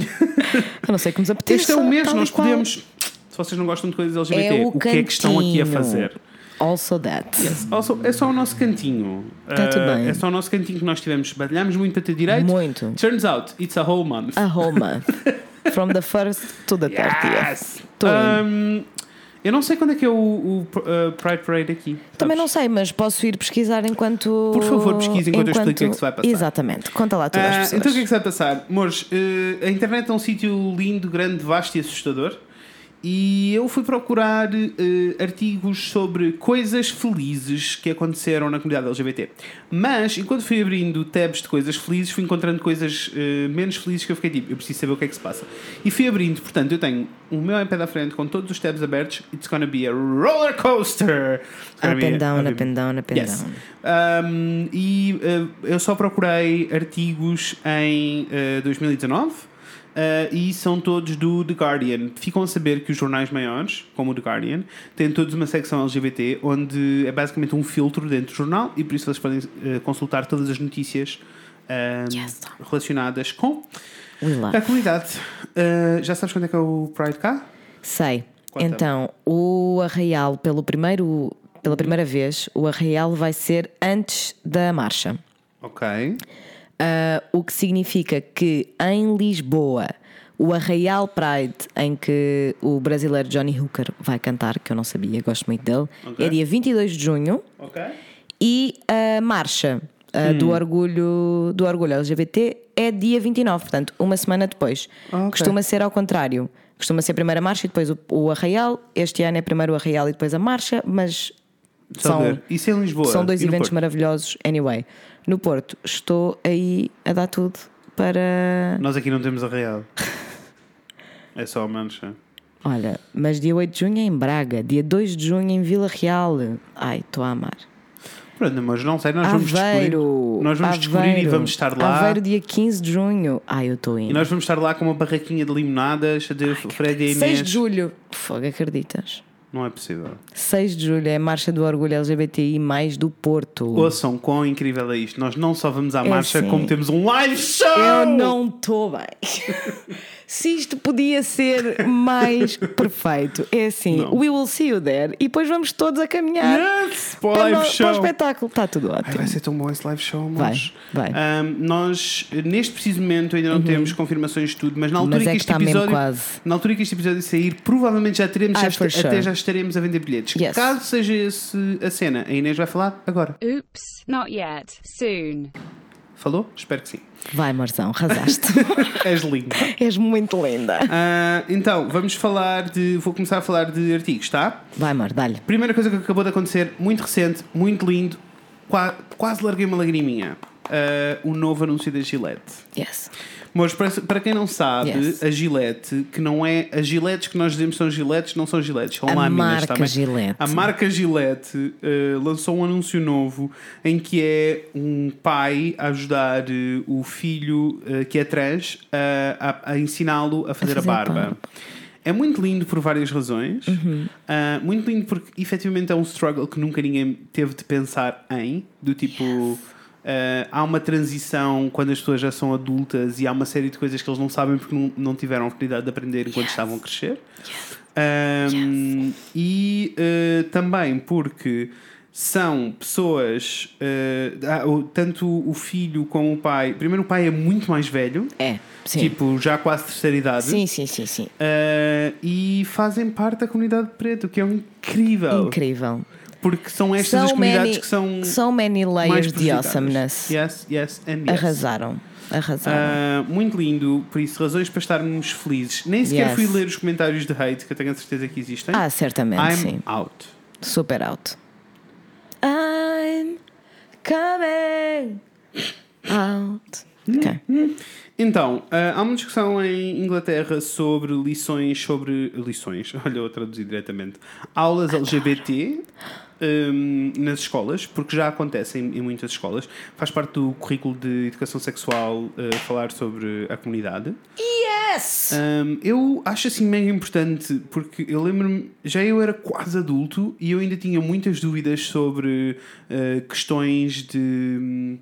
Speaker 2: A não ser que nos apeteça.
Speaker 1: Ah, este é o mês,
Speaker 2: tal e
Speaker 1: nós
Speaker 2: qual.
Speaker 1: podemos. Se vocês não gostam de coisas
Speaker 2: É
Speaker 1: LGBT,
Speaker 2: o,
Speaker 1: o, que é que estão aqui a
Speaker 2: cantinho.
Speaker 1: fazer?
Speaker 2: Also that.
Speaker 1: Also, é só o nosso cantinho.
Speaker 2: Tá
Speaker 1: Ah,
Speaker 2: tudo bem.
Speaker 1: É só o nosso cantinho que nós tivemos. Batalhámos muito para ter direito.
Speaker 2: Muito.
Speaker 1: Turns out, it's a whole month.
Speaker 2: A whole month. From the first to the 30th.
Speaker 1: Yes! Um,
Speaker 2: Tô
Speaker 1: Ahm, eu não sei quando é que é o, o, ah, Pride Parade aqui.
Speaker 2: Também
Speaker 1: sabes?
Speaker 2: não sei, mas posso ir pesquisar enquanto.
Speaker 1: Por favor, pesquisa enquanto eu explico o que é que se vai passar.
Speaker 2: Exatamente. Conta lá tudo às
Speaker 1: Ah,
Speaker 2: pessoas.
Speaker 1: então o que é que se vai passar? Mores, eh, a internet é um sítio lindo, grande, vasto e assustador. E eu fui procurar eh, artigos sobre coisas felizes que aconteceram na comunidade LGBT. Mas, enquanto fui abrindo tabs de coisas felizes, fui encontrando coisas eh, menos felizes que eu fiquei tipo, eu preciso saber o que é que se passa. E fui abrindo, portanto, eu tenho o meu iPad à frente com todos os tabs abertos. It's gonna be a roller coaster! It's gonna
Speaker 2: Up
Speaker 1: be
Speaker 2: and
Speaker 1: a-
Speaker 2: down, up and down, up and
Speaker 1: Yes.
Speaker 2: down.
Speaker 1: Um, e uh, eu só procurei artigos em uh, 2019 uh, e são todos do The Guardian. Ficam a saber que os jornais maiores, como o The Guardian, têm todos uma secção LGBT onde é basicamente um filtro dentro do jornal e por isso vocês podem uh, consultar todas as notícias um,
Speaker 2: Yes.
Speaker 1: relacionadas com
Speaker 2: We love.
Speaker 1: a comunidade. Uh, já sabes quando é que é o Pride cá?
Speaker 2: Sei.
Speaker 1: Conta-me.
Speaker 2: Então, o Arraial, pelo primeiro, pela primeira vez, o Arraial vai ser antes da marcha.
Speaker 1: Ok.
Speaker 2: Ah, o que significa que em Lisboa o Arraial Pride, em que o brasileiro Johnny Hooker vai cantar, que eu não sabia, gosto muito dele,
Speaker 1: Ok.
Speaker 2: é dia 22 de junho.
Speaker 1: Ok?
Speaker 2: E a marcha
Speaker 1: Hum.
Speaker 2: uh, do, orgulho, do orgulho LGBT é dia 29, portanto, uma semana depois.
Speaker 1: Ah, ok.
Speaker 2: Costuma ser ao contrário. Costuma ser primeiro a marcha e depois o, o arraial. Este ano é primeiro o arraial e depois a marcha, mas
Speaker 1: Só
Speaker 2: são,
Speaker 1: ver. Isso é em Lisboa.
Speaker 2: são dois
Speaker 1: e no
Speaker 2: eventos
Speaker 1: Porto?
Speaker 2: maravilhosos. Anyway, no Porto, estou aí a dar tudo para.
Speaker 1: Nós aqui não temos a real. É só a mancha.
Speaker 2: Olha, mas dia 8 de junho é em Braga, dia 2 de junho em Vila Real. Ai, estou a amar.
Speaker 1: Pronto, mas não sei, nós vamos
Speaker 2: Aveiro.
Speaker 1: descobrir. Nós vamos descobrir e
Speaker 2: Aveiro.
Speaker 1: vamos estar lá.
Speaker 2: Aveiro, dia 15 de junho. Ai, eu estou
Speaker 1: E
Speaker 2: indo.
Speaker 1: nós vamos estar lá com uma barraquinha de limonadas de Fred e Inês.
Speaker 2: 6 de julho. Fogo, acreditas?
Speaker 1: Não é possível.
Speaker 2: 6 de julho é a Marcha do Orgulho LGBTI mais do Porto.
Speaker 1: Ouçam quão incrível é isto. Nós não só vamos à marcha,
Speaker 2: assim.
Speaker 1: como temos um live show!
Speaker 2: Eu não estou bem. Se isto podia ser mais perfeito, é assim:
Speaker 1: Não.
Speaker 2: we will see you there e depois vamos todos a caminhar
Speaker 1: Yes! Para o
Speaker 2: para,
Speaker 1: live
Speaker 2: no- para o
Speaker 1: show!
Speaker 2: espetáculo. Está tudo
Speaker 1: Ai,
Speaker 2: ótimo.
Speaker 1: vai ser tão bom esse live show, amores.
Speaker 2: Vai, vai.
Speaker 1: Ahm, nós, neste preciso momento, ainda não temos confirmações de tudo, mas na altura
Speaker 2: Mas
Speaker 1: que
Speaker 2: é que
Speaker 1: este
Speaker 2: está mesmo
Speaker 1: episódio.
Speaker 2: quase.
Speaker 1: Na altura que este episódio sair, provavelmente já teremos,
Speaker 2: Ah,
Speaker 1: já esta-
Speaker 2: for sure.
Speaker 1: até já estaremos a vender bilhetes.
Speaker 2: Yes.
Speaker 1: Caso seja esse a cena, a Inês vai falar agora.
Speaker 5: Oops, not yet. Soon.
Speaker 1: Falou? Espero que sim.
Speaker 2: Vai, Marzão, arrasaste.
Speaker 1: És lindo.
Speaker 2: És muito linda.
Speaker 1: Ah, então, vamos falar de. Vou começar a falar de artigos, tá?
Speaker 2: Vai, Mar, dá-lhe.
Speaker 1: Primeira coisa que acabou de acontecer, muito recente, muito lindo, qua- quase larguei uma lagriminha. Ah, o novo anúncio da Gillette.
Speaker 2: Yes.
Speaker 1: Mas para, para quem não sabe,
Speaker 2: Yes.
Speaker 1: a Gillette, que não é. As Gillettes que nós dizemos são Gillettes, não são Gillettes, são
Speaker 2: A
Speaker 1: lâminas tá
Speaker 2: marca
Speaker 1: também.
Speaker 2: Gillette.
Speaker 1: A marca Gillette eh, lançou um anúncio novo em que é um pai a ajudar eh, o filho eh, que é trans eh, a, a ensiná-lo a fazer a,
Speaker 2: fazer a
Speaker 1: barba.
Speaker 2: barba.
Speaker 1: É muito lindo por várias razões. Ah, muito lindo porque efetivamente é um struggle que nunca ninguém teve de pensar em. Do tipo. ah, há uma transição quando as pessoas já são adultas e há uma série de coisas que eles não sabem porque não, não tiveram a oportunidade de aprender enquanto estavam a crescer. Um, E eh, também porque são pessoas, eh, ah, o- tanto o filho como o pai. Primeiro, o pai é muito mais velho,
Speaker 2: É, sim.
Speaker 1: tipo já quase terceira idade.
Speaker 2: Sim, sim, sim, sim.
Speaker 1: Eh, e fazem parte da comunidade preta, o que é incrível.
Speaker 2: Incrível.
Speaker 1: Porque são estas as comunidades que são
Speaker 2: so many
Speaker 1: mais
Speaker 2: layers de
Speaker 1: prejudicadas.
Speaker 2: awesomeness.
Speaker 1: Yes, yes, and yes.
Speaker 2: Arrasaram. Arrasaram.
Speaker 1: Ah, muito lindo, por isso, razões para estarmos felizes. Nem sequer
Speaker 2: Yes.
Speaker 1: fui ler os comentários de hate, que eu tenho a certeza que existem.
Speaker 2: ah, certamente,
Speaker 1: I'm
Speaker 2: sim.
Speaker 1: out.
Speaker 2: Super alto. I'm coming out. Ok.
Speaker 1: Então, ah, há uma discussão em Inglaterra sobre lições sobre. Lições, olha, eu traduzi diretamente. Aulas LGBT hum, nas escolas, porque já acontecem em muitas escolas. Faz parte do currículo de educação sexual ah, falar sobre a comunidade.
Speaker 2: Yes!
Speaker 1: Hum, eu acho assim mega importante porque eu lembro-me, já eu era quase adulto e eu ainda tinha muitas dúvidas sobre eh, questões de. hum,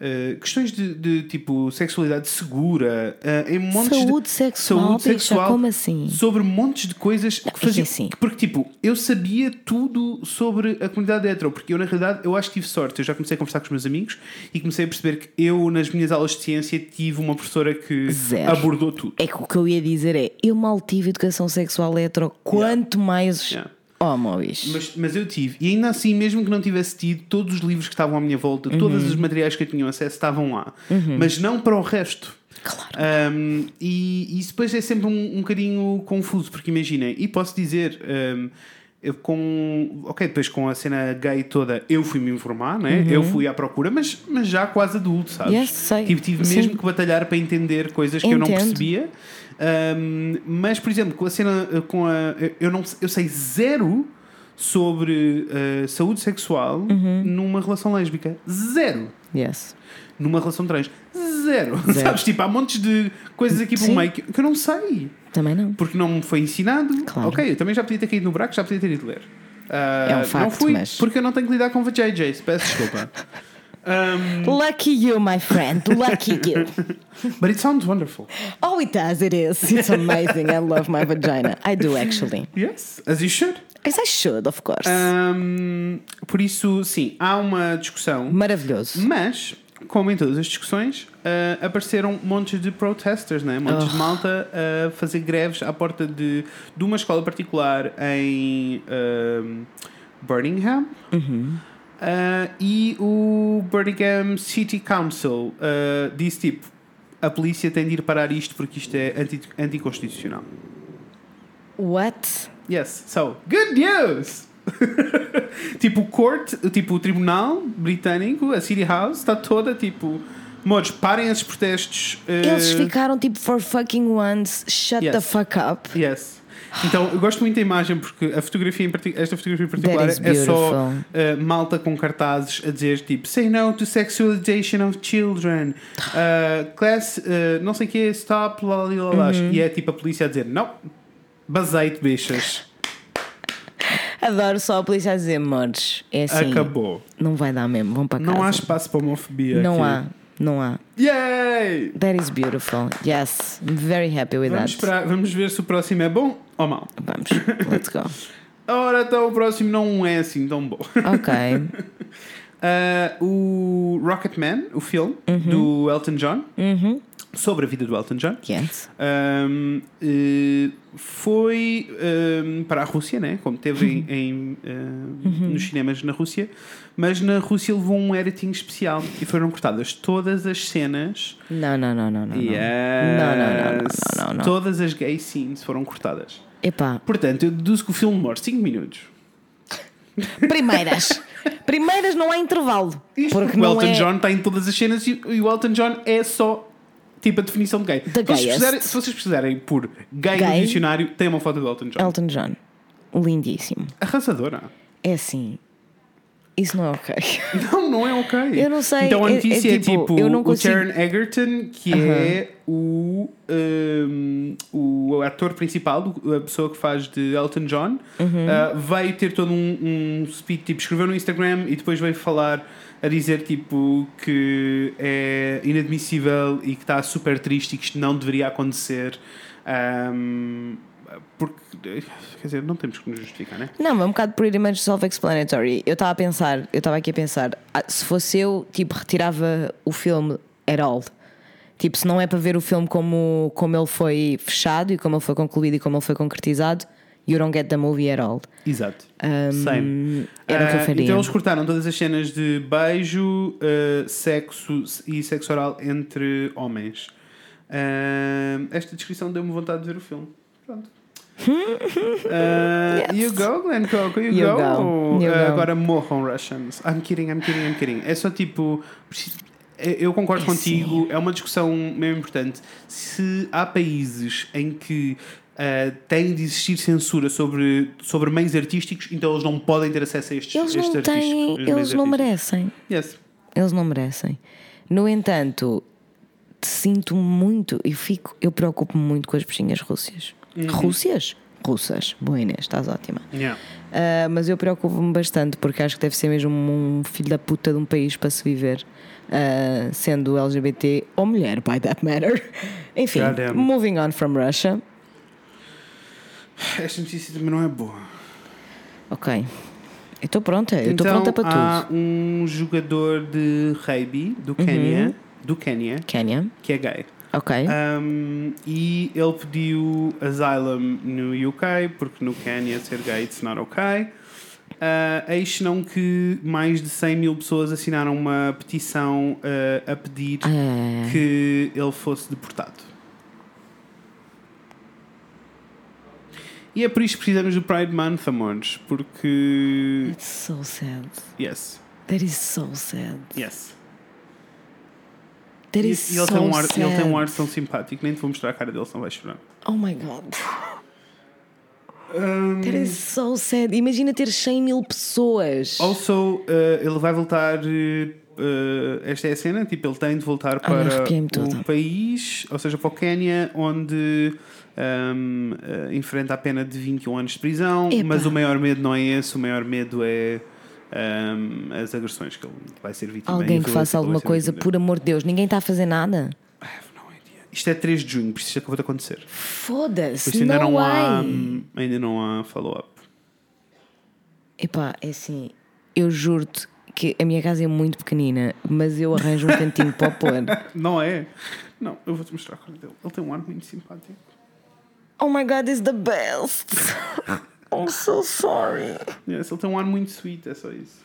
Speaker 1: eh, questões de, de, tipo sexualidade segura eh, em montes
Speaker 2: Saúde
Speaker 1: de,
Speaker 2: sexual, bicha, como assim?
Speaker 1: sobre montes de coisas que
Speaker 2: isso
Speaker 1: faziam
Speaker 2: é sim.
Speaker 1: porque tipo eu sabia tudo sobre a comunidade hetero porque eu na realidade eu acho que tive sorte eu já comecei a conversar com os meus amigos e comecei a perceber que eu nas minhas aulas de ciência tive uma professora que
Speaker 2: Zero.
Speaker 1: abordou tudo
Speaker 2: É que o que eu ia dizer é: eu mal tive educação sexual hetero, quanto mais
Speaker 1: Yeah.
Speaker 2: homo, bicho.
Speaker 1: Mas, mas eu tive, e ainda assim, mesmo que não tivesse tido, todos os livros que estavam à minha volta, todos
Speaker 2: Uhum.
Speaker 1: os materiais que eu tinha acesso estavam lá, mas não para o resto.
Speaker 2: Claro.
Speaker 1: Um, e e isso depois é sempre um, um bocadinho confuso, porque imaginem, e posso dizer, um, eu com. Ok, depois com a cena gay toda, eu fui me informar, né? eu fui à procura, mas, mas já quase adulto, sabes?
Speaker 2: Uhum. Yes, sei.
Speaker 1: Tive, tive
Speaker 2: Sim.
Speaker 1: mesmo que batalhar para entender coisas que eu não
Speaker 2: Entendo.
Speaker 1: percebia. Um, mas, por exemplo, com a cena. uh, Com a, eu- eu, não, eu sei zero sobre uh, saúde sexual
Speaker 2: Uhum.
Speaker 1: numa relação lésbica. Zero
Speaker 2: Yes.
Speaker 1: numa relação trans. Zero. Sabes? Tipo, há montes de coisas aqui pelo
Speaker 2: Sim.
Speaker 1: meio que, que eu não sei.
Speaker 2: Também não.
Speaker 1: Porque não me foi ensinado.
Speaker 2: Claro.
Speaker 1: Ok, eu também já podia ter caído no buraco, já podia ter ido ler. Ah,
Speaker 2: É um
Speaker 1: Não
Speaker 2: facto,
Speaker 1: fui,
Speaker 2: mas-
Speaker 1: porque eu não tenho que lidar com o JJ. Peço desculpa. Um,
Speaker 2: Lucky you, my friend. Lucky you.
Speaker 1: but it sounds wonderful.
Speaker 2: Oh, it does, it is. It's amazing. I love my vagina. I do, actually.
Speaker 1: Yes, as you should.
Speaker 2: As I should, of
Speaker 1: Ah.
Speaker 2: course.
Speaker 1: Um, por isso, sim, há uma discussão.
Speaker 2: Maravilhoso.
Speaker 1: Mas como em todas as discussões, ah, apareceram montes de protesters, né? montes de malta a fazer greves à porta de, de uma escola particular em ahm, Birmingham. Ah, e o Birmingham City Council ah, disse tipo: a polícia tem de ir parar isto porque isto é anti, anticonstitucional.
Speaker 2: What?
Speaker 1: Yes, so good news! tipo, o court, tipo, o tribunal britânico, a City House, está toda tipo. Mores, parem esses protestos. eh,
Speaker 2: Eles ficaram tipo for fucking once, shut
Speaker 1: Yes.
Speaker 2: the fuck up.
Speaker 1: Yes. Então, eu gosto muito da imagem porque a fotografia em parti- esta fotografia em particular
Speaker 2: That is
Speaker 1: é só
Speaker 2: beautiful.
Speaker 1: eh, malta com cartazes a dizer tipo Say no to sexualization of children, eh, class, eh, não sei o que, stop, lalalalas.
Speaker 2: Uhum.
Speaker 1: E é tipo a polícia a dizer não, basei-te, bichas,
Speaker 2: Adoro só a polícia a dizer mores. É assim.
Speaker 1: acabou.
Speaker 2: Não vai dar mesmo, vão para casa.
Speaker 1: Não há espaço para homofobia.
Speaker 2: Não há,
Speaker 1: aqui.
Speaker 2: não há.
Speaker 1: Yay!
Speaker 2: That is beautiful. Yes, I'm very happy with
Speaker 1: Vamos,
Speaker 2: that.
Speaker 1: esperar- vamos ver se o próximo é bom ou mau.
Speaker 2: Vamos, let's go.
Speaker 1: Ora, então o próximo não é assim tão bom.
Speaker 2: Ok.
Speaker 1: Ah, o Rocketman, o filme
Speaker 2: Uhum.
Speaker 1: do Elton John, sobre a vida do Elton John,
Speaker 2: Mm-hmm. Yes.
Speaker 1: ahm, eh, foi ahm, para a Rússia, né? como teve em,
Speaker 2: Uhum.
Speaker 1: em, ah, nos cinemas na Rússia, mas na Rússia levou um editing especial e foram cortadas todas as cenas
Speaker 2: Não, não, não, Ah, não, não. não. Não, não, não,
Speaker 1: Yes.
Speaker 2: não, não, não.
Speaker 1: Todas as gay scenes foram cortadas.
Speaker 2: Epá,
Speaker 1: Portanto, eu deduzo que o filme demora 5 minutos.
Speaker 2: primeiras. primeiras não há intervalo.
Speaker 1: Isto
Speaker 2: porque
Speaker 1: o
Speaker 2: não
Speaker 1: Elton
Speaker 2: é...
Speaker 1: John está em todas as cenas e, e o Elton John é só tipo a definição de gay. Se vocês,
Speaker 2: gayest.
Speaker 1: precisarem, se vocês precisarem por gay, no
Speaker 2: Gay.
Speaker 1: dicionário, tem uma foto do Elton John.
Speaker 2: Elton John. Lindíssimo.
Speaker 1: Arrasadora.
Speaker 2: É assim. Isso não é ok.
Speaker 1: Não, não é ok.
Speaker 2: Eu não sei,
Speaker 1: Então a
Speaker 2: é- é
Speaker 1: notícia é, tipo,
Speaker 2: tipo, eu não
Speaker 1: o
Speaker 2: consigo-
Speaker 1: Taron Egerton, que é o, um, o ator principal, do- a pessoa que faz de Elton John,
Speaker 2: Uhum.
Speaker 1: ah, veio ter todo um, um speed, tipo, escreveu no Instagram e depois veio falar a dizer tipo que é inadmissível e que está super triste e que isto não deveria acontecer. ahm, porque, quer dizer, não temos que nos justificar, né?
Speaker 2: Não, é um bocado pretty much self-explanatory. Eu estava a pensar, eu estava aqui a pensar, ah, se fosse eu, tipo, retirava o filme at all. Tipo, se não é para ver o filme como, como ele foi fechado e como ele foi concluído e como ele foi concretizado, you don't get the movie at all.
Speaker 1: Exato. Same.
Speaker 2: era o que eu
Speaker 1: Ah,
Speaker 2: faria.
Speaker 1: Então eles cortaram todas as cenas de beijo, ah, sexo e sexo oral entre homens. Ah, esta descrição deu-me vontade de ver o filme. Pronto. Ah, You go, Glenn Coco, you,
Speaker 2: You
Speaker 1: go.
Speaker 2: go, you
Speaker 1: Ah,
Speaker 2: go.
Speaker 1: Agora morram Russians. I'm kidding, I'm kidding, I'm kidding. É só tipo. preciso- Eu eu concordo contigo, é uma discussão mesmo importante. Se há países em que ah, tem de existir censura sobre, sobre meios artísticos, então eles não podem ter acesso a estes,
Speaker 2: Eles
Speaker 1: estes
Speaker 2: não
Speaker 1: artistas.
Speaker 2: têm,
Speaker 1: meios
Speaker 2: eles não
Speaker 1: artísticos.
Speaker 2: merecem.
Speaker 1: Yes.
Speaker 2: Eles não merecem. No entanto, te sinto muito, eu fico, eu preocupo-me muito com as bichinhas russas. Rússias? Russas. Boa Inês, estás ótima.
Speaker 1: Yeah.
Speaker 2: Ah, mas eu preocupo-me bastante porque acho que deve ser mesmo um filho da puta de um país para se viver, ah, sendo LGBT ou mulher, by that matter. Enfim,
Speaker 1: Goddamn.
Speaker 2: moving on from Russia.
Speaker 1: Esta notícia também não é boa.
Speaker 2: Ok. Eu estou pronta, eu estou
Speaker 1: então,
Speaker 2: pronta para
Speaker 1: há
Speaker 2: tudo. Uhum.
Speaker 1: um jogador de rugby do Quênia, do Quênia,
Speaker 2: Kenya,
Speaker 1: que é gay.
Speaker 2: ok.
Speaker 1: Um, e ele pediu asylum no UK, porque no Quênia ser gay it's not ok. Uh, eis não que mais de 100 mil pessoas assinaram uma petição uh, a pedir
Speaker 2: Ai, ai, ai.
Speaker 1: que ele fosse deportado. E é por isso que precisamos do Pride Month, amores, porque.
Speaker 2: It's so sad.
Speaker 1: Yes,
Speaker 2: That is so sad.
Speaker 1: yes.
Speaker 2: That
Speaker 1: E,
Speaker 2: is
Speaker 1: e ele,
Speaker 2: so
Speaker 1: tem um ar,
Speaker 2: sad.
Speaker 1: ele tem um ar tão simpático, nem te vou mostrar a cara dele, senão vais chorar.
Speaker 2: Oh my god.
Speaker 1: Um,
Speaker 2: That is so sad. Imagina ter 100 mil pessoas.
Speaker 1: Also, eh, ele vai voltar. eh, eh, esta é a cena, tipo, ele tem de voltar para
Speaker 2: arrepiei-me
Speaker 1: o
Speaker 2: toda.
Speaker 1: país, ou seja, para o Quénia, onde ehm, eh, enfrenta a pena de 21 anos de prisão.
Speaker 2: Epa.
Speaker 1: Mas o maior medo não é esse, o maior medo é ehm, as agressões que ele vai ser vítima. e a
Speaker 2: Alguém que
Speaker 1: violência
Speaker 2: faça
Speaker 1: ele vai
Speaker 2: alguma
Speaker 1: ser
Speaker 2: coisa,
Speaker 1: vítima.
Speaker 2: por amor de Deus. Ninguém está a fazer nada.
Speaker 1: I have no idea. Isto é 3 de junho, por isso isso acabou de acontecer. Por
Speaker 2: Foda-se.
Speaker 1: isso ainda
Speaker 2: No
Speaker 1: não há, um-
Speaker 2: way.
Speaker 1: ainda não há follow-up.
Speaker 2: Epá, é assim, eu juro-te que a minha casa é muito pequenina, mas eu arranjo um cantinho para o pôr.
Speaker 1: Não é? Não, eu vou-te mostrar a cara dele. Ele tem um ar muito simpático.
Speaker 2: Oh my god, it's the best! I'm so sorry.
Speaker 1: Yes, ele tem um ar muito sweet, é só isso.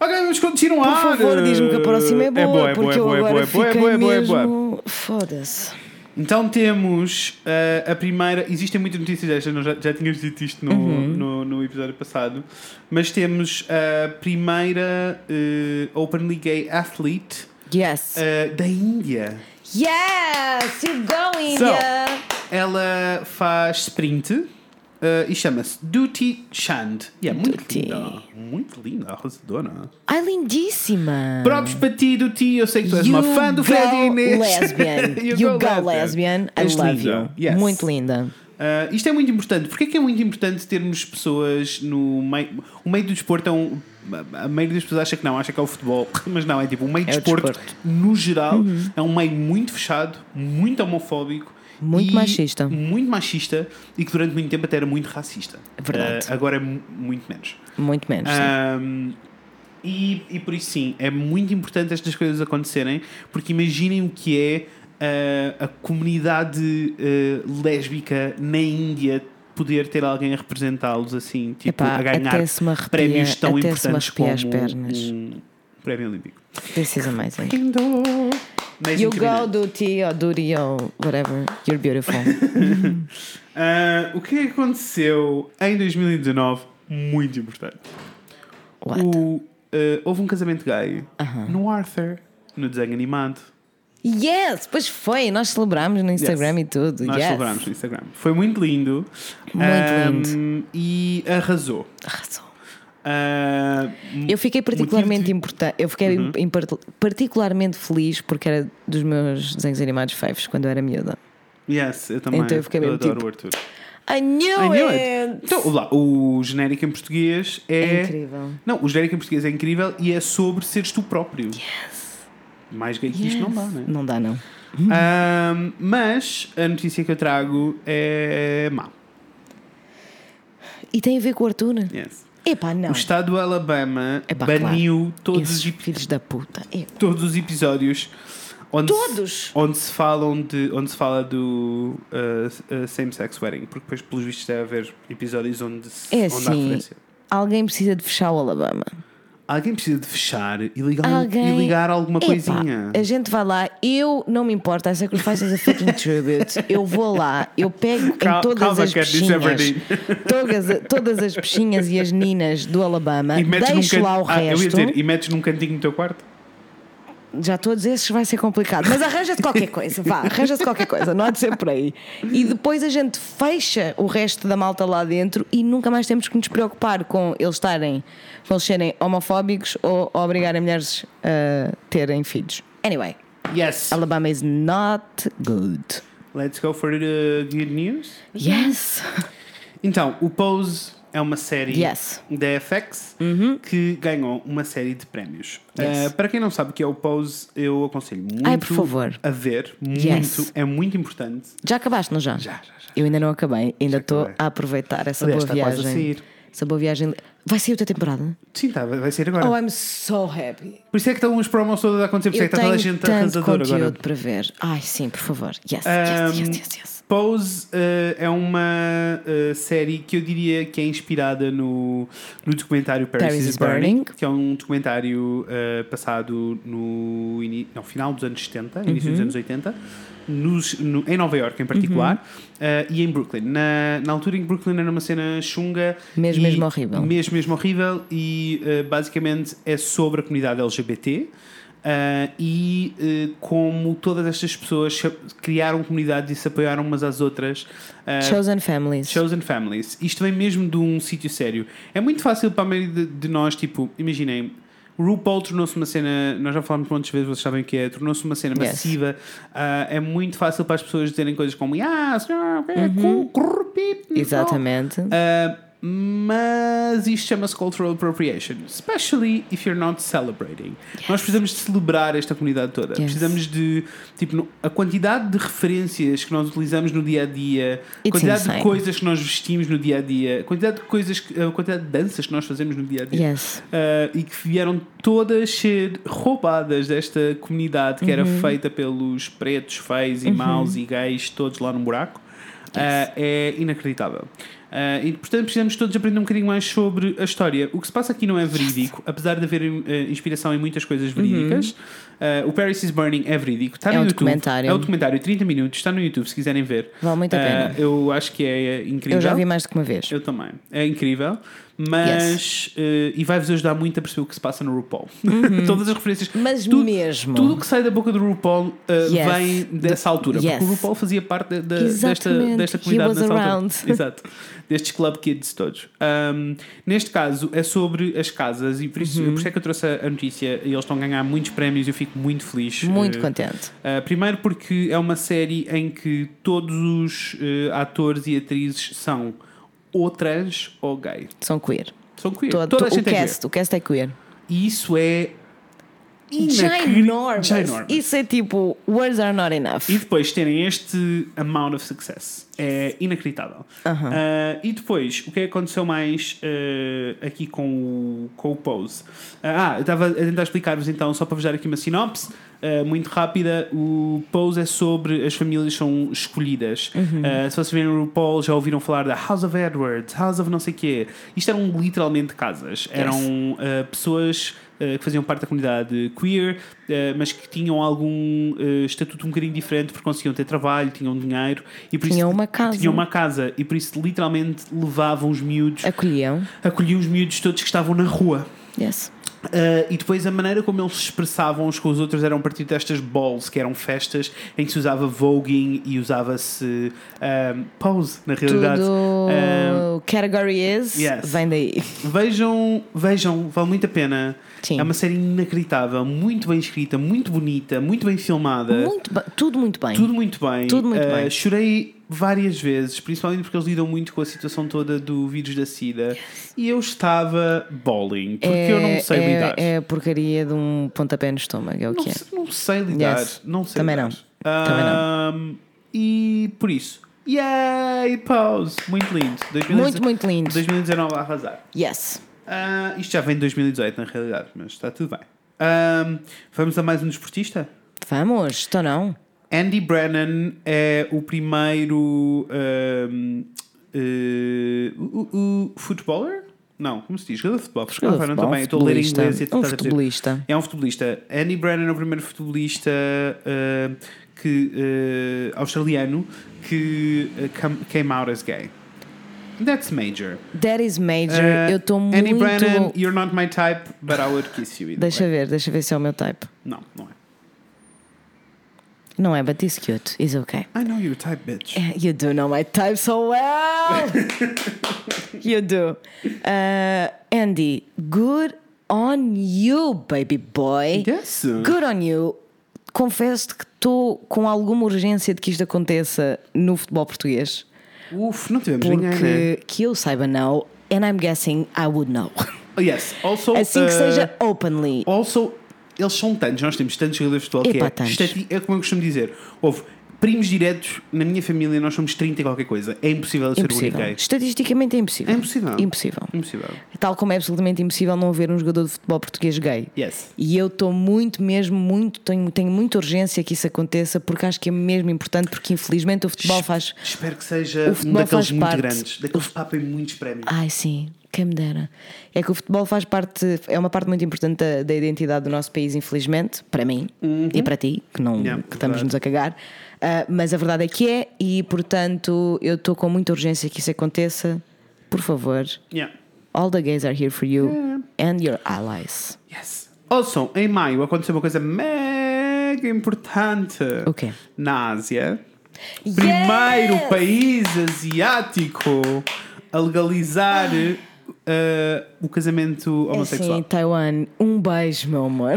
Speaker 1: Ok, vamos continuar.
Speaker 2: Por favor, diz-me que a próxima é boa, porque eu agora
Speaker 1: boa, é
Speaker 2: fiquei
Speaker 1: boa, é boa, é
Speaker 2: mesmo...
Speaker 1: boa.
Speaker 2: Foda-se.
Speaker 1: Então temos ah, a primeira. Existem muitas notícias destas, nós já, já tínhamos dito isto no,
Speaker 2: Uhum.
Speaker 1: no, no episódio passado. Mas temos a primeira eh, openly gay athlete
Speaker 2: Yes.
Speaker 1: ah, da Índia.
Speaker 2: Yes! You go,
Speaker 1: So,
Speaker 2: India!
Speaker 1: ela faz sprint eh, e chama-se Duty Chand. E é muito
Speaker 2: Duty.
Speaker 1: linda. Muito linda, arrasadora.
Speaker 2: Ai, lindíssima!
Speaker 1: Próprios para ti, Duty. Eu sei que tu és uma
Speaker 2: You
Speaker 1: fã do
Speaker 2: go
Speaker 1: Fred e Inês.
Speaker 2: Lesbian. you, go, lesbian. I
Speaker 1: És
Speaker 2: love
Speaker 1: linda.
Speaker 2: you.
Speaker 1: Yes.
Speaker 2: Muito linda.
Speaker 1: Ah, isto é muito importante. Porquê é que é muito importante termos pessoas no meio. O meio do desporto é um. A maioria das pessoas acha que não, acha que é o futebol, mas não, é tipo, o meio do
Speaker 2: É o
Speaker 1: desporto,
Speaker 2: desporto. Uhum.
Speaker 1: no geral, é um meio muito fechado, muito homofóbico.
Speaker 2: Muito
Speaker 1: e
Speaker 2: machista.
Speaker 1: Muito machista e que durante muito tempo até era muito racista.
Speaker 2: Verdade.
Speaker 1: Ah, agora é mu- muito menos.
Speaker 2: Muito menos. sim.
Speaker 1: Ah. Ahm, e, e por isso sim, é muito importante estas coisas acontecerem, porque imaginem o que é ah, a comunidade ah, lésbica na Índia poder ter alguém a representá-los assim, tipo,
Speaker 2: Epá,
Speaker 1: a ganhar
Speaker 2: até se me arrepia-
Speaker 1: prémios tão
Speaker 2: até se me
Speaker 1: importantes como
Speaker 2: arrepia as pernas.
Speaker 1: um prémio olímpico.
Speaker 2: This is amazing.
Speaker 1: Mas
Speaker 2: You
Speaker 1: incrível.
Speaker 2: go, Duty, or Duty, or whatever. You're beautiful.
Speaker 1: Ah, o que é que aconteceu em 2019? Muito importante. Uh.
Speaker 2: What?
Speaker 1: O, ah, houve um casamento gay no Arthur, no desenho animado.
Speaker 2: Yes! Pois foi, nós celebramos no Instagram e tudo.
Speaker 1: Nós
Speaker 2: yes.
Speaker 1: celebramos no Instagram. Foi muito lindo.
Speaker 2: Muito
Speaker 1: lindo. E arrasou.
Speaker 2: Arrasou.
Speaker 1: Ah,
Speaker 2: Eu fiquei particularmente
Speaker 1: motivo
Speaker 2: importante, eu fiquei
Speaker 1: Uhum.
Speaker 2: em parti- particularmente feliz porque era dos meus desenhos animados favos quando eu era miúda.
Speaker 1: de- Yes, eu também.
Speaker 2: Então eu fiquei mesmo
Speaker 1: adoro
Speaker 2: tipo- "Oh,
Speaker 1: o Arthur.
Speaker 2: I knew,
Speaker 1: I knew
Speaker 2: it!
Speaker 1: it. Então, lá, o genérico em português é.
Speaker 2: É incrível.
Speaker 1: Não, o genérico em português é incrível e é sobre seres tu próprio. Mais gay que isto não dá, né?
Speaker 2: Não dá, não.
Speaker 1: Ah, mas a notícia que eu trago é má.
Speaker 2: E tem a ver com o Arthur?
Speaker 1: Yes.
Speaker 2: Epá, não. é.
Speaker 1: O estado do Alabama
Speaker 2: Epá,
Speaker 1: baniu todos
Speaker 2: Esses
Speaker 1: os
Speaker 2: filhos da puta. É.
Speaker 1: todos os episódios onde
Speaker 2: Todos?
Speaker 1: se, onde se falam de onde se fala do uh, uh, same-sex wedding porque depois pelos vistos deve haver episódios onde se,
Speaker 2: É
Speaker 1: onde há
Speaker 2: assim.
Speaker 1: referência
Speaker 2: Alguém precisa de fechar o Alabama.
Speaker 1: alguém precisa de fechar e ligar
Speaker 2: Alguém.
Speaker 1: e ligar alguma
Speaker 2: Epá,
Speaker 1: coisinha
Speaker 2: A gente vai lá, eu não me importo, I sacrifices a fucking tribute. Eu vou lá, eu pego
Speaker 1: Cal-
Speaker 2: em todas
Speaker 1: calma,
Speaker 2: as
Speaker 1: que é de
Speaker 2: pechinhas,
Speaker 1: Aberdeen.
Speaker 2: todas, todas as pechinhas e as ninas do Alabama,
Speaker 1: e metes
Speaker 2: deixo
Speaker 1: num can-
Speaker 2: lá o
Speaker 1: Ah, eu ia
Speaker 2: resto.
Speaker 1: dizer, e metes num cantinho do teu quarto
Speaker 2: Já todos esses vai ser complicado, mas arranja-te qualquer coisa, vá, arranja-te qualquer coisa, não há de ser por aí. E depois a gente fecha o resto da malta lá dentro e nunca mais temos que nos preocupar com eles estarem, com eles serem homofóbicos ou obrigarem mulheres a terem filhos. Anyway.
Speaker 1: yes
Speaker 2: Alabama is not good.
Speaker 1: let's go for the good news
Speaker 2: Yes.
Speaker 1: Então, o Pose é uma série
Speaker 2: Yes. Uhum.
Speaker 1: da FX que ganhou uma série de prémios.
Speaker 2: Yes.
Speaker 1: Eh, para quem não sabe o que é o Pose, eu aconselho muito
Speaker 2: Ai, por favor.
Speaker 1: a ver. Muito,
Speaker 2: Yes.
Speaker 1: é muito importante.
Speaker 2: Já acabaste, não já?
Speaker 1: Já, já, já.
Speaker 2: Eu ainda não acabei, ainda estou
Speaker 1: acabei.
Speaker 2: a aproveitar essa
Speaker 1: Aliás, está
Speaker 2: boa viagem.
Speaker 1: quase a sair.
Speaker 2: Essa boa viagem. Vai sair outra temporada? Oh,
Speaker 1: Sim, tá, vai vai sair agora.
Speaker 2: I'm so happy.
Speaker 1: Por isso é que estão uns promos todos a acontecer, por isso
Speaker 2: Eu
Speaker 1: é que está toda a
Speaker 2: tenho
Speaker 1: gente
Speaker 2: tanto
Speaker 1: arrasadora
Speaker 2: conteúdo
Speaker 1: agora.
Speaker 2: para ver. Ai, sim, por favor. Yes, yes,
Speaker 1: Um,
Speaker 2: yes, yes, yes.
Speaker 1: Pose eh, é uma eh, série que eu diria que é inspirada no, no documentário Paris,
Speaker 2: Paris
Speaker 1: is,
Speaker 2: is
Speaker 1: Burning,
Speaker 2: Burning.
Speaker 1: que é um documentário eh, passado no, ini- não, final dos anos 70, início
Speaker 2: Uhum.
Speaker 1: dos anos 80, nos- no- em Nova Iorque em particular,
Speaker 2: Uhum.
Speaker 1: eh, e em Brooklyn. Na, na altura em que Brooklyn era uma cena chunga.
Speaker 2: Mesmo,
Speaker 1: e-
Speaker 2: mesmo horrível.
Speaker 1: Mesmo, É mesmo horrível, e eh, basicamente é sobre a comunidade LGBT. ah, e eh, como todas estas pessoas se- criaram comunidades e se apoiaram umas às outras ah,
Speaker 2: Chosen Families.
Speaker 1: Chosen Families. Isto vem mesmo de um sítio sério. É muito fácil para a maioria de, de nós, tipo, imaginem. RuPaul tornou-se uma cena, nós já falámos muitas vezes, vocês sabem o que é, tornou-se uma cena
Speaker 2: Yes.
Speaker 1: massiva. Ah, é muito fácil para as pessoas dizerem coisas como ah, senhora, é cu- corrupto, não."
Speaker 2: Uhum. Exatamente.
Speaker 1: Ah, Mas isto chama-se cultural appropriation, especially if you're not celebrating. Nós precisamos de celebrar esta comunidade toda.
Speaker 2: Yes.
Speaker 1: Precisamos de, tipo, no- a quantidade de referências que nós utilizamos no dia a dia, a
Speaker 2: It's
Speaker 1: quantidade de
Speaker 2: insane.
Speaker 1: coisas que nós vestimos no dia a dia, a quantidade de coisas, que- a quantidade de danças que nós fazemos no dia a dia.
Speaker 2: Yes.
Speaker 1: Uh, e que vieram todas ser roubadas desta comunidade que
Speaker 2: Uhum.
Speaker 1: era feita pelos pretos, feios e maus e gays, todos lá num buraco. Uh, é inacreditável. Uh, e portanto precisamos todos aprender um bocadinho mais sobre a história. O que se passa aqui não é verídico, apesar de haver uh, inspiração em muitas coisas verídicas. Uh, o Paris is Burning é verídico, está
Speaker 2: Uhum. É
Speaker 1: no
Speaker 2: um
Speaker 1: YouTube.
Speaker 2: documentário.
Speaker 1: É um documentário, 30 minutos, está no YouTube se quiserem ver.
Speaker 2: Vale muito a
Speaker 1: Uh,
Speaker 2: pena.
Speaker 1: eu acho que é incrível.
Speaker 2: Eu já vi mais do que uma vez.
Speaker 1: Eu também. É incrível. Mas. eh, e vai-vos ajudar muito a perceber o que se passa no RuPaul. Todas as referências.
Speaker 2: Uhum. Mas
Speaker 1: tudo,
Speaker 2: mesmo.
Speaker 1: Tudo o que sai da boca do RuPaul eh,
Speaker 2: Yes.
Speaker 1: vem dessa altura.
Speaker 2: yes.
Speaker 1: Porque o RuPaul fazia parte da- da- desta,
Speaker 2: Exatamente.
Speaker 1: desta
Speaker 2: He
Speaker 1: comunidade
Speaker 2: was
Speaker 1: nessa
Speaker 2: around.
Speaker 1: altura. Exato. Destes club kids todos. Ahm, neste caso é sobre as casas e por isso,
Speaker 2: Uhum.
Speaker 1: por isso é que eu trouxe a a notícia e eles estão a ganhar muitos prémios e eu fico muito feliz.
Speaker 2: Muito
Speaker 1: eh,
Speaker 2: contente.
Speaker 1: Uh, primeiro porque é uma série em que todos os uh, atores e atrizes são ou trans ou gay.
Speaker 2: São queer.
Speaker 1: São queer.
Speaker 2: Todo,
Speaker 1: Toda a
Speaker 2: o
Speaker 1: gente é
Speaker 2: cast, o cast é queer.
Speaker 1: queer. E isso é inacredi-
Speaker 2: Ginormous.
Speaker 1: ginormous.
Speaker 2: Isso é tipo, words are not enough.
Speaker 1: E depois terem este amount of success. É inacreditável. Uh, e depois, o que aconteceu mais uh, aqui com o, com o Pose? ah, eu estava a tentar explicar-vos então, só para vos dar aqui uma sinopse. uh, muito rápida, o Pose é sobre as famílias são escolhidas. Uh, se vocês verem o RuPaul, já ouviram falar da House of Edwards, House of não sei quê. Isto eram literalmente casas. Eram uh, pessoas eh, que faziam parte da comunidade queer, eh, mas que tinham algum eh, estatuto um bocadinho diferente porque conseguiam ter trabalho, tinham dinheiro e por
Speaker 2: Tinham
Speaker 1: isso,
Speaker 2: uma casa.
Speaker 1: tinham uma casa e por isso literalmente levavam os miúdos,
Speaker 2: Acolhiam.
Speaker 1: acolhiam os miúdos todos que estavam na rua.
Speaker 2: Yes.
Speaker 1: Uh, e depois a maneira como eles se expressavam uns com os outros eram a partir destas balls, que eram festas em que se usava voguing e usava-se um, pose, na realidade. Um,
Speaker 2: Tudo. Category is.
Speaker 1: Yes.
Speaker 2: Vem daí.
Speaker 1: Vejam, vejam, vale muito a pena.
Speaker 2: Sim.
Speaker 1: É uma série inacreditável, muito bem escrita, muito bonita, muito bem filmada.
Speaker 2: Muito bem- tudo muito bem.
Speaker 1: Eh, Tudo muito bem.
Speaker 2: Tudo muito
Speaker 1: Eh,
Speaker 2: bem.
Speaker 1: Chorei várias vezes, principalmente porque eles lidam muito com a situação toda do vírus da SIDA. E eu estava bowling, porque eu não sei
Speaker 2: é,
Speaker 1: lidar.
Speaker 2: É a porcaria de um pontapé no estômago, é o
Speaker 1: não,
Speaker 2: que é.
Speaker 1: sei, não sei lidar.
Speaker 2: Yes.
Speaker 1: Não sei
Speaker 2: Também
Speaker 1: lidar.
Speaker 2: não. Também
Speaker 1: Ahm, E por isso. Yay, pause! Muito lindo. 2019
Speaker 2: Muito, muito lindo.
Speaker 1: 2019 a arrasar.
Speaker 2: Yes.
Speaker 1: Ah, isto já vem de 2018, na realidade, mas está tudo bem. Ahm, vamos a mais um desportista?
Speaker 2: Vamos, estou não.
Speaker 1: Andy Brennan é o primeiro ahm, eh, o- o- o futeboler? Não, como se diz? Jogador de futebol.
Speaker 2: Jogador de
Speaker 1: Ah, não,
Speaker 2: futebol,
Speaker 1: também, estou a ler em
Speaker 2: futebolista.
Speaker 1: inglês e a
Speaker 2: Um
Speaker 1: tentar dizer.
Speaker 2: futebolista.
Speaker 1: É um futebolista. Andy Brennan é o primeiro futebolista ahm, que, eh, australiano que eh, come- came out as gay. That's major.
Speaker 2: That is major.
Speaker 1: Eh,
Speaker 2: eu estou
Speaker 1: Andy
Speaker 2: muito.
Speaker 1: Brennan, you're not my type, but I would kiss you. either
Speaker 2: Deixa
Speaker 1: way.
Speaker 2: ver, deixa ver se é o meu type.
Speaker 1: Não, não é.
Speaker 2: Não é, but he's cute. He's okay.
Speaker 1: I know your type, bitch.
Speaker 2: You do know my type so well. you do. Uh, Andy, good on you, baby boy.
Speaker 1: Yes.
Speaker 2: Good on you. Confesso-te que estou com alguma urgência de que isto aconteça no futebol português.
Speaker 1: Uf, não tivemos ninguém, né?
Speaker 2: Porque que eu saiba, não. And I'm guessing I would know.
Speaker 1: Oh, Yes, also.
Speaker 2: Assim que
Speaker 1: uh,
Speaker 2: seja openly.
Speaker 1: Also, eles são tantos, nós temos tantos jogadores de futebol
Speaker 2: Epá,
Speaker 1: que é.
Speaker 2: tantos.
Speaker 1: estati- É como eu costumo dizer. Houve primos diretos, na minha família nós somos 30 e qualquer coisa. É impossível eu ser o único
Speaker 2: Impossível.
Speaker 1: gay.
Speaker 2: Estatisticamente é
Speaker 1: É
Speaker 2: impossível.
Speaker 1: impossível.
Speaker 2: Impossível.
Speaker 1: Impossível.
Speaker 2: Tal como é absolutamente impossível não haver um jogador de futebol português gay.
Speaker 1: Yes.
Speaker 2: E eu estou muito, mesmo, muito, tenho, tenho muita urgência que isso aconteça, porque acho que é mesmo importante, porque infelizmente o futebol faz.
Speaker 1: Espero que seja
Speaker 2: O
Speaker 1: um
Speaker 2: futebol
Speaker 1: daqueles
Speaker 2: faz
Speaker 1: muito
Speaker 2: parte. Ah.
Speaker 1: grandes, daqueles que papem muitos prémios.
Speaker 2: Ai sim, quem me dera. É que o futebol faz parte, é uma parte muito importante da, da identidade do nosso país, infelizmente, para mim e para ti, que, não,
Speaker 1: Uhum. Yeah,
Speaker 2: que estamos-nos
Speaker 1: verdade.
Speaker 2: a cagar. Ah, mas a verdade é que é, e portanto eu estou com muita urgência que isso aconteça. Por favor,
Speaker 1: Yeah.
Speaker 2: all the gays are here for you and your allies.
Speaker 1: Yes. Ouçam, em maio aconteceu uma coisa mega importante.
Speaker 2: O quê?
Speaker 1: Na Ásia. Primeiro país asiático a legalizar eh, o casamento
Speaker 2: É assim,
Speaker 1: homossexual.
Speaker 2: Taiwan, um beijo, meu amor.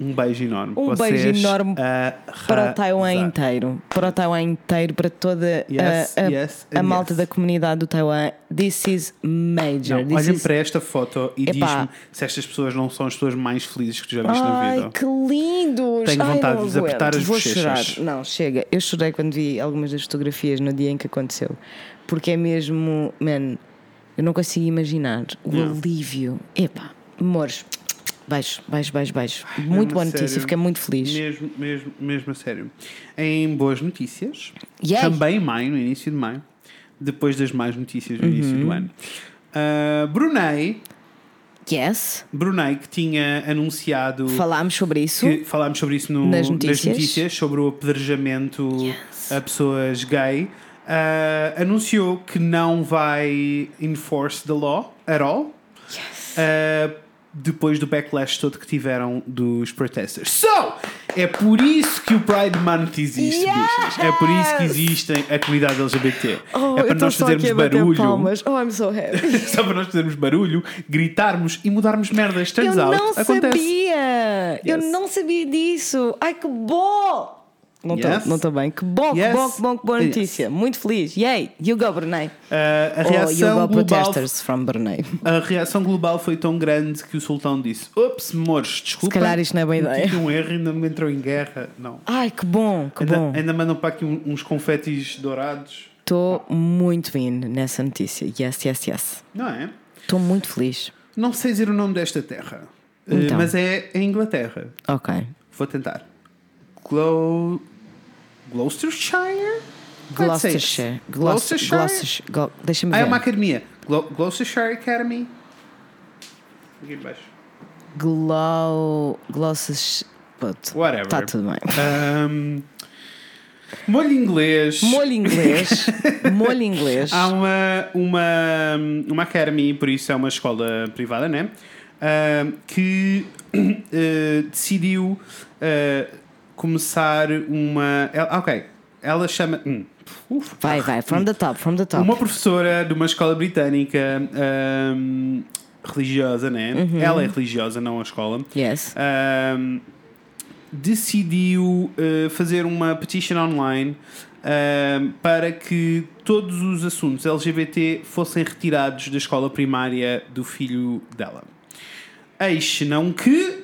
Speaker 1: Um beijo enorme.
Speaker 2: Um
Speaker 1: Vocês eh,
Speaker 2: beijo enorme para o
Speaker 1: arrasaram.
Speaker 2: Taiwan inteiro. Para o Taiwan inteiro, para toda a-
Speaker 1: Yes,
Speaker 2: a,
Speaker 1: yes
Speaker 2: a
Speaker 1: and
Speaker 2: malta
Speaker 1: yes.
Speaker 2: da comunidade do Taiwan. This is major.
Speaker 1: Não,
Speaker 2: This
Speaker 1: olhem
Speaker 2: is-
Speaker 1: para esta foto e
Speaker 2: Epá.
Speaker 1: diz-me se estas pessoas não são as pessoas mais felizes que tu já viste na
Speaker 2: Ai,
Speaker 1: vida.
Speaker 2: que lindos!
Speaker 1: Tenho
Speaker 2: Ai,
Speaker 1: vontade
Speaker 2: não
Speaker 1: de vos apertar
Speaker 2: aguento.
Speaker 1: as
Speaker 2: Vou
Speaker 1: bochechas.
Speaker 2: chorar. Não, chega. Eu chorei quando vi algumas das fotografias no dia em que aconteceu. Porque é mesmo. Man, eu não consigo imaginar o
Speaker 1: Yeah.
Speaker 2: alívio. Epá, amores. Beijo, beijo, beijo, beijo. Muito
Speaker 1: Mesmo
Speaker 2: boa
Speaker 1: a
Speaker 2: notícia,
Speaker 1: sério.
Speaker 2: fiquei muito feliz.
Speaker 1: Mesmo, mesmo, mesmo a sério. Em boas notícias,
Speaker 2: Yay!
Speaker 1: também em maio, no início de maio, depois das más notícias no início do ano. Ah, Brunei,
Speaker 2: Yes,
Speaker 1: Brunei que tinha anunciado
Speaker 2: falámos sobre isso.
Speaker 1: que falámos sobre isso no-
Speaker 2: Nas
Speaker 1: nas,
Speaker 2: notícias.
Speaker 1: notícias. sobre o apedrejamento
Speaker 2: Yes.
Speaker 1: a pessoas gay, ah, anunciou que não vai enforce the law at all. ah, depois do backlash todo que tiveram dos protesters. So! É por isso que o Pride Month existe, bichas. É por isso que existem a comunidade LGBT.
Speaker 2: Oh,
Speaker 1: é
Speaker 2: eu
Speaker 1: para
Speaker 2: tô
Speaker 1: nós
Speaker 2: só aqui
Speaker 1: fazermos
Speaker 2: a bater
Speaker 1: barulho.
Speaker 2: Palmas. Oh, I'm so happy.
Speaker 1: Só para nós fazermos barulho, gritarmos e mudarmos merdas. Turns
Speaker 2: eu
Speaker 1: out,
Speaker 2: não
Speaker 1: acontece.
Speaker 2: sabia! Eu
Speaker 1: Yes.
Speaker 2: não sabia disso! Ai que bom! Não estou
Speaker 1: Yes.
Speaker 2: não tô bem. Que bom, que
Speaker 1: Yes.
Speaker 2: bom, que bom, que boa
Speaker 1: Yes.
Speaker 2: notícia. Muito feliz. Yay! You go, Brunei.
Speaker 1: Ah, a
Speaker 2: Ou you
Speaker 1: reação
Speaker 2: go
Speaker 1: global
Speaker 2: Oh, protesters from Brunei.
Speaker 1: A reação global foi tão grande que o sultão disse: Ops, mores, desculpa.
Speaker 2: Se calhar isto não é boa ideia."
Speaker 1: Tive um erro e ainda me entrou em guerra. Não.
Speaker 2: Ai que bom, que
Speaker 1: Ainda,
Speaker 2: bom.
Speaker 1: ainda mandam para aqui um- uns confetis dourados.
Speaker 2: Estou muito bem nessa notícia. Yes, yes, yes.
Speaker 1: Não é?
Speaker 2: Estou muito feliz.
Speaker 1: Não sei dizer o nome desta terra, eh,
Speaker 2: Então.
Speaker 1: mas é em Inglaterra.
Speaker 2: Ok.
Speaker 1: Vou tentar. Glo... Gloucestershire? Qual é que sei?
Speaker 2: Gloucestershire. Gloucestershire.
Speaker 1: Gloucestershire?
Speaker 2: Gloucestershire. Glo- Deixa-me
Speaker 1: Ah,
Speaker 2: ver.
Speaker 1: é uma academia. Glo- Gloucestershire Academy. Aqui embaixo.
Speaker 2: Glow. Glosses. Puto.
Speaker 1: Whatever.
Speaker 2: Está tudo bem.
Speaker 1: Ahm, molho inglês.
Speaker 2: Molho inglês. Molho inglês.
Speaker 1: Há um uma, uma, uma academy, por isso é uma escola privada, né? Ah, que eh, decidiu eh, começar uma. ela- ah, ok, ela chama. hum, uf,
Speaker 2: Vai, vai. From the top, from the top.
Speaker 1: uma professora de uma escola britânica ahm, religiosa, né? Ela é religiosa, não a escola.
Speaker 2: Yes.
Speaker 1: Ahm, decidiu eh, fazer uma petition online ahm, para que todos os assuntos LGBT fossem retirados da escola primária do filho dela. Eis não que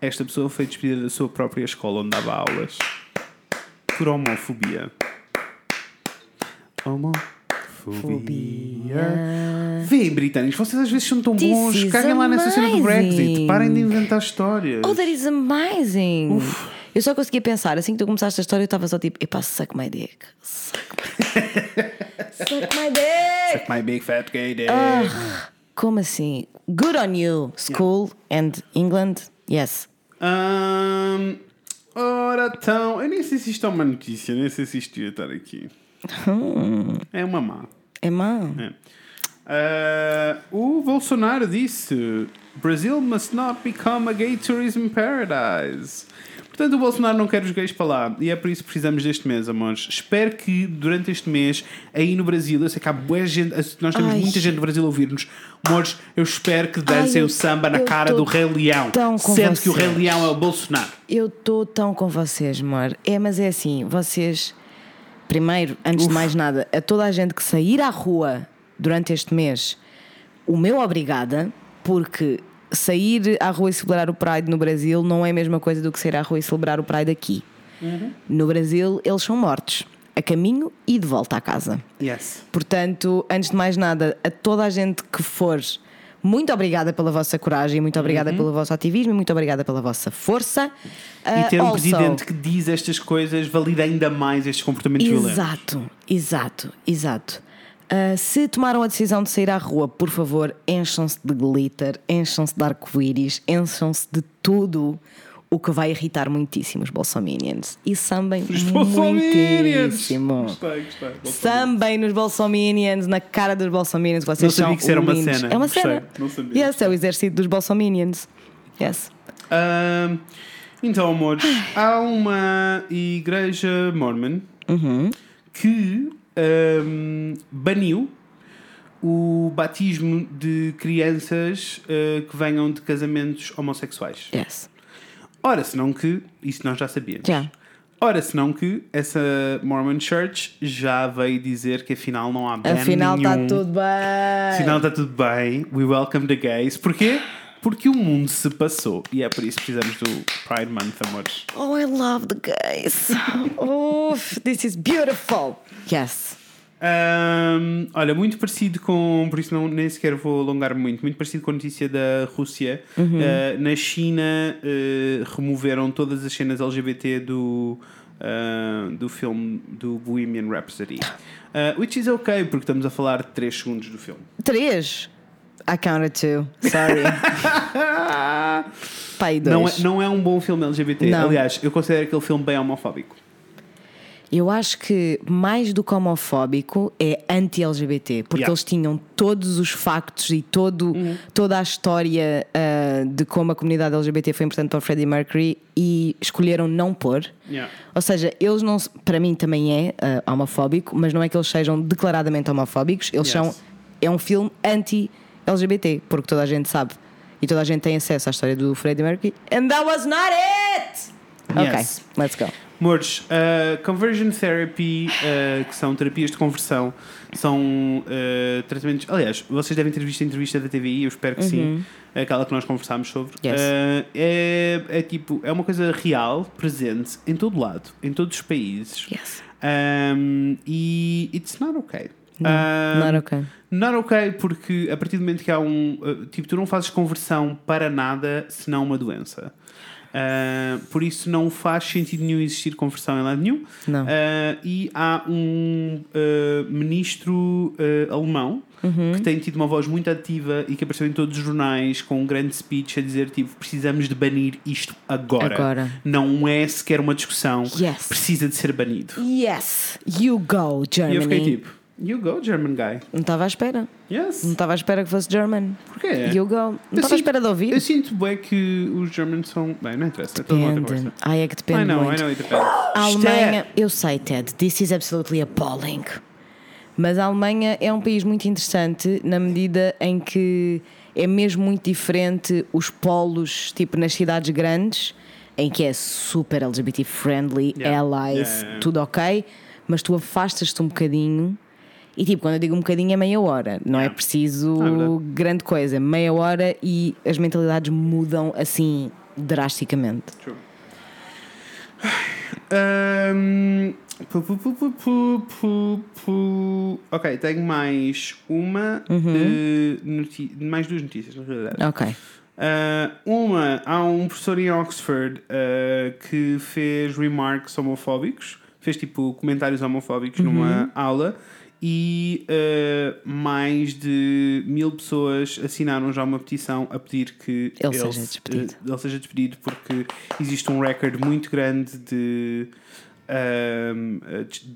Speaker 1: esta pessoa foi despedida da sua própria escola onde dava aulas por homofobia. Homofobia. Vêem, britânicos, vocês às vezes são tão
Speaker 2: This
Speaker 1: bons.
Speaker 2: is
Speaker 1: Caguem lá nessa cena do Brexit.
Speaker 2: amazing.
Speaker 1: Parem de inventar histórias.
Speaker 2: Oh, that is amazing! Eu só conseguia pensar, assim que tu começaste a história, eu estava só tipo, epá, suck my dick. Suck my dick. suck my dick!
Speaker 1: My big fat gay dick.
Speaker 2: Como assim? Good on you, school and England. Yes.
Speaker 1: Ahm, ora então, eu nem sei se isto é uma notícia, nem sei se isto ia estar aqui. É uma má.
Speaker 2: É má.
Speaker 1: É. Ah, o Bolsonaro disse: Brazil must not become a gay tourism paradise. Portanto, o Bolsonaro não quer os gays para lá e é por isso que precisamos deste mês, amores. Espero que durante este mês, aí no Brasil, eu sei que há boa gente, nós temos
Speaker 2: Ai.
Speaker 1: muita gente do Brasil a ouvir-nos. Amores, eu espero que dancem
Speaker 2: Ai, eu-
Speaker 1: o samba na
Speaker 2: eu
Speaker 1: cara
Speaker 2: tô
Speaker 1: do Rei Leão,
Speaker 2: tão com
Speaker 1: sendo que o Rei
Speaker 2: vocês.
Speaker 1: Leão é o Bolsonaro.
Speaker 2: Eu estou tão com vocês, amor. É, mas é assim, vocês. Primeiro, antes de mais nada, a toda a gente que sair à rua durante este mês, o meu obrigada, porque sair à rua e celebrar o Pride no Brasil não é a mesma coisa do que sair à rua e celebrar o Pride aqui. No Brasil, eles são mortos, a caminho e de volta à casa.
Speaker 1: Yes.
Speaker 2: Portanto, antes de mais nada, a toda a gente que for, muito obrigada pela vossa coragem, muito obrigada
Speaker 1: Uhum.
Speaker 2: pelo vosso ativismo, e muito obrigada pela vossa força.
Speaker 1: E
Speaker 2: Ah,
Speaker 1: ter um
Speaker 2: also-
Speaker 1: presidente que diz estas coisas valida ainda mais estes comportamentos violentos.
Speaker 2: Exato, exato, exato. Ah, se tomaram a decisão de sair à rua, por favor, encham-se de glitter, encham-se de arco-íris, encham-se de tudo o que vai irritar muitíssimo os bolsominions. E sambem
Speaker 1: bolsominions!
Speaker 2: muitíssimo.
Speaker 1: Gostei, gostei.
Speaker 2: Sambem nos Bolsominions, na cara dos Bolsominions, vocês
Speaker 1: Não sabia
Speaker 2: são
Speaker 1: que isso era uma
Speaker 2: lindos.
Speaker 1: cena.
Speaker 2: É uma
Speaker 1: Gostei,
Speaker 2: cena.
Speaker 1: não sabia.
Speaker 2: Yes, é o exército dos Bolsominions. Yes.
Speaker 1: Ahm, então, amores, há uma igreja mormon
Speaker 2: Uhum.
Speaker 1: que ahm, baniu o batismo de crianças ah, que venham de casamentos homossexuais.
Speaker 2: Yes.
Speaker 1: Ora, senão que, isto nós já sabíamos.
Speaker 2: Já.
Speaker 1: Ora, senão que essa Mormon Church já veio dizer que afinal não há ban
Speaker 2: Afinal
Speaker 1: nenhum.
Speaker 2: está tudo bem.
Speaker 1: Afinal está tudo bem. We welcome the gays. Porquê? Porque o mundo se passou. E é por isso que precisamos do Pride Month, amores.
Speaker 2: Oh, I love the gays. Oof, this is beautiful. Yes.
Speaker 1: Ahm, olha, muito parecido com. Por isso não, nem sequer vou alongar muito. Muito parecido com a notícia da Rússia.
Speaker 2: Uhum.
Speaker 1: Ah, na China eh, removeram todas as cenas LGBT do. ah, do filme do Bohemian Rhapsody. Ah, which is okay, porque estamos a falar de 3 segundos do filme.
Speaker 2: Três. I counted two. Sorry. Pai, dois.
Speaker 1: Não é, não é um bom filme LGBT.
Speaker 2: Não.
Speaker 1: Aliás, eu considero aquele filme bem homofóbico.
Speaker 2: Eu acho que mais do que homofóbico é anti-LGBT, porque
Speaker 1: Yeah. Uhum.
Speaker 2: eles tinham todos os factos e todo, toda a história ah, de como a comunidade LGBT foi importante para o Freddie Mercury e escolheram não pôr.
Speaker 1: Yeah.
Speaker 2: Ou seja, eles não. se- Para mim também é ah, homofóbico, mas não é que eles sejam declaradamente homofóbicos, eles
Speaker 1: Yes.
Speaker 2: são. É um filme anti-LGBT, porque toda a gente sabe e toda a gente tem acesso à história do Freddie Mercury. And that was not it!
Speaker 1: Yes.
Speaker 2: Ok, let's go.
Speaker 1: Mores, uh, conversion therapy, uh, que são terapias de conversão, são uh, tratamentos. Aliás, vocês devem ter visto a entrevista da TVI, eu espero que sim, aquela que nós conversámos sobre.
Speaker 2: Yes.
Speaker 1: Uh, é, é tipo, é uma coisa real, presente em todo lado, em todos os países.
Speaker 2: Yes.
Speaker 1: Um, e it's not okay. Um,
Speaker 2: not okay.
Speaker 1: Not okay, porque a partir do momento que há um. uh, Tipo, tu não fazes conversão para nada senão uma doença. Uh, por isso não faz sentido nenhum existir conversão em lado nenhum.
Speaker 2: Não.
Speaker 1: Uh, e há um uh, ministro uh, alemão
Speaker 2: Uhum.
Speaker 1: que tem tido uma voz muito ativa e que apareceu em todos os jornais com um grande speech a dizer tipo precisamos de banir isto agora.
Speaker 2: Agora.
Speaker 1: Não é sequer uma discussão.
Speaker 2: Yes.
Speaker 1: Precisa de ser banido.
Speaker 2: Yes, you go,
Speaker 1: E
Speaker 2: Germany.
Speaker 1: eu fiquei tipo, you go German guy.
Speaker 2: Não estava à espera. Não
Speaker 1: Yes.
Speaker 2: estava à espera que fosse German.
Speaker 1: Porquê?
Speaker 2: You go. Não
Speaker 1: Eu
Speaker 2: estava à
Speaker 1: sinto-
Speaker 2: espera de ouvir.
Speaker 1: Eu sinto bem que os Germans são. Bem, não interessa, é toda uma outra
Speaker 2: Depende.
Speaker 1: coisa.
Speaker 2: Ai, é que depende
Speaker 1: I know,
Speaker 2: muito.
Speaker 1: I know, it depends.
Speaker 2: A
Speaker 1: Isto é-
Speaker 2: Alemanha, eu sei, Ted, this is absolutely appalling. Mas a Alemanha é um país muito interessante na medida em que é mesmo muito diferente os polos, tipo nas cidades grandes, em que é super LGBT friendly,
Speaker 1: Yeah.
Speaker 2: allies,
Speaker 1: Yeah, yeah.
Speaker 2: tudo ok, mas tu afastas-te um bocadinho. E tipo, quando eu digo um bocadinho é meia hora, não é
Speaker 1: Yeah.
Speaker 2: preciso
Speaker 1: Ah, é verdade.
Speaker 2: grande coisa, meia hora e as mentalidades mudam assim drasticamente.
Speaker 1: Ahm, pu, pu, pu, pu, pu, pu, pu. Ok, tenho mais uma.
Speaker 2: Uhum.
Speaker 1: eh, noti- mais duas notícias, na realidade.
Speaker 2: Ok.
Speaker 1: Ah, uma, há um professor em Oxford ah, que fez remarks homofóbicos, fez tipo comentários homofóbicos
Speaker 2: Uhum.
Speaker 1: numa aula e ah, mais de mil pessoas assinaram já uma petição a pedir que
Speaker 2: Ele seja despedido.
Speaker 1: ah, ele seja despedido porque existe um recorde muito grande de. ah,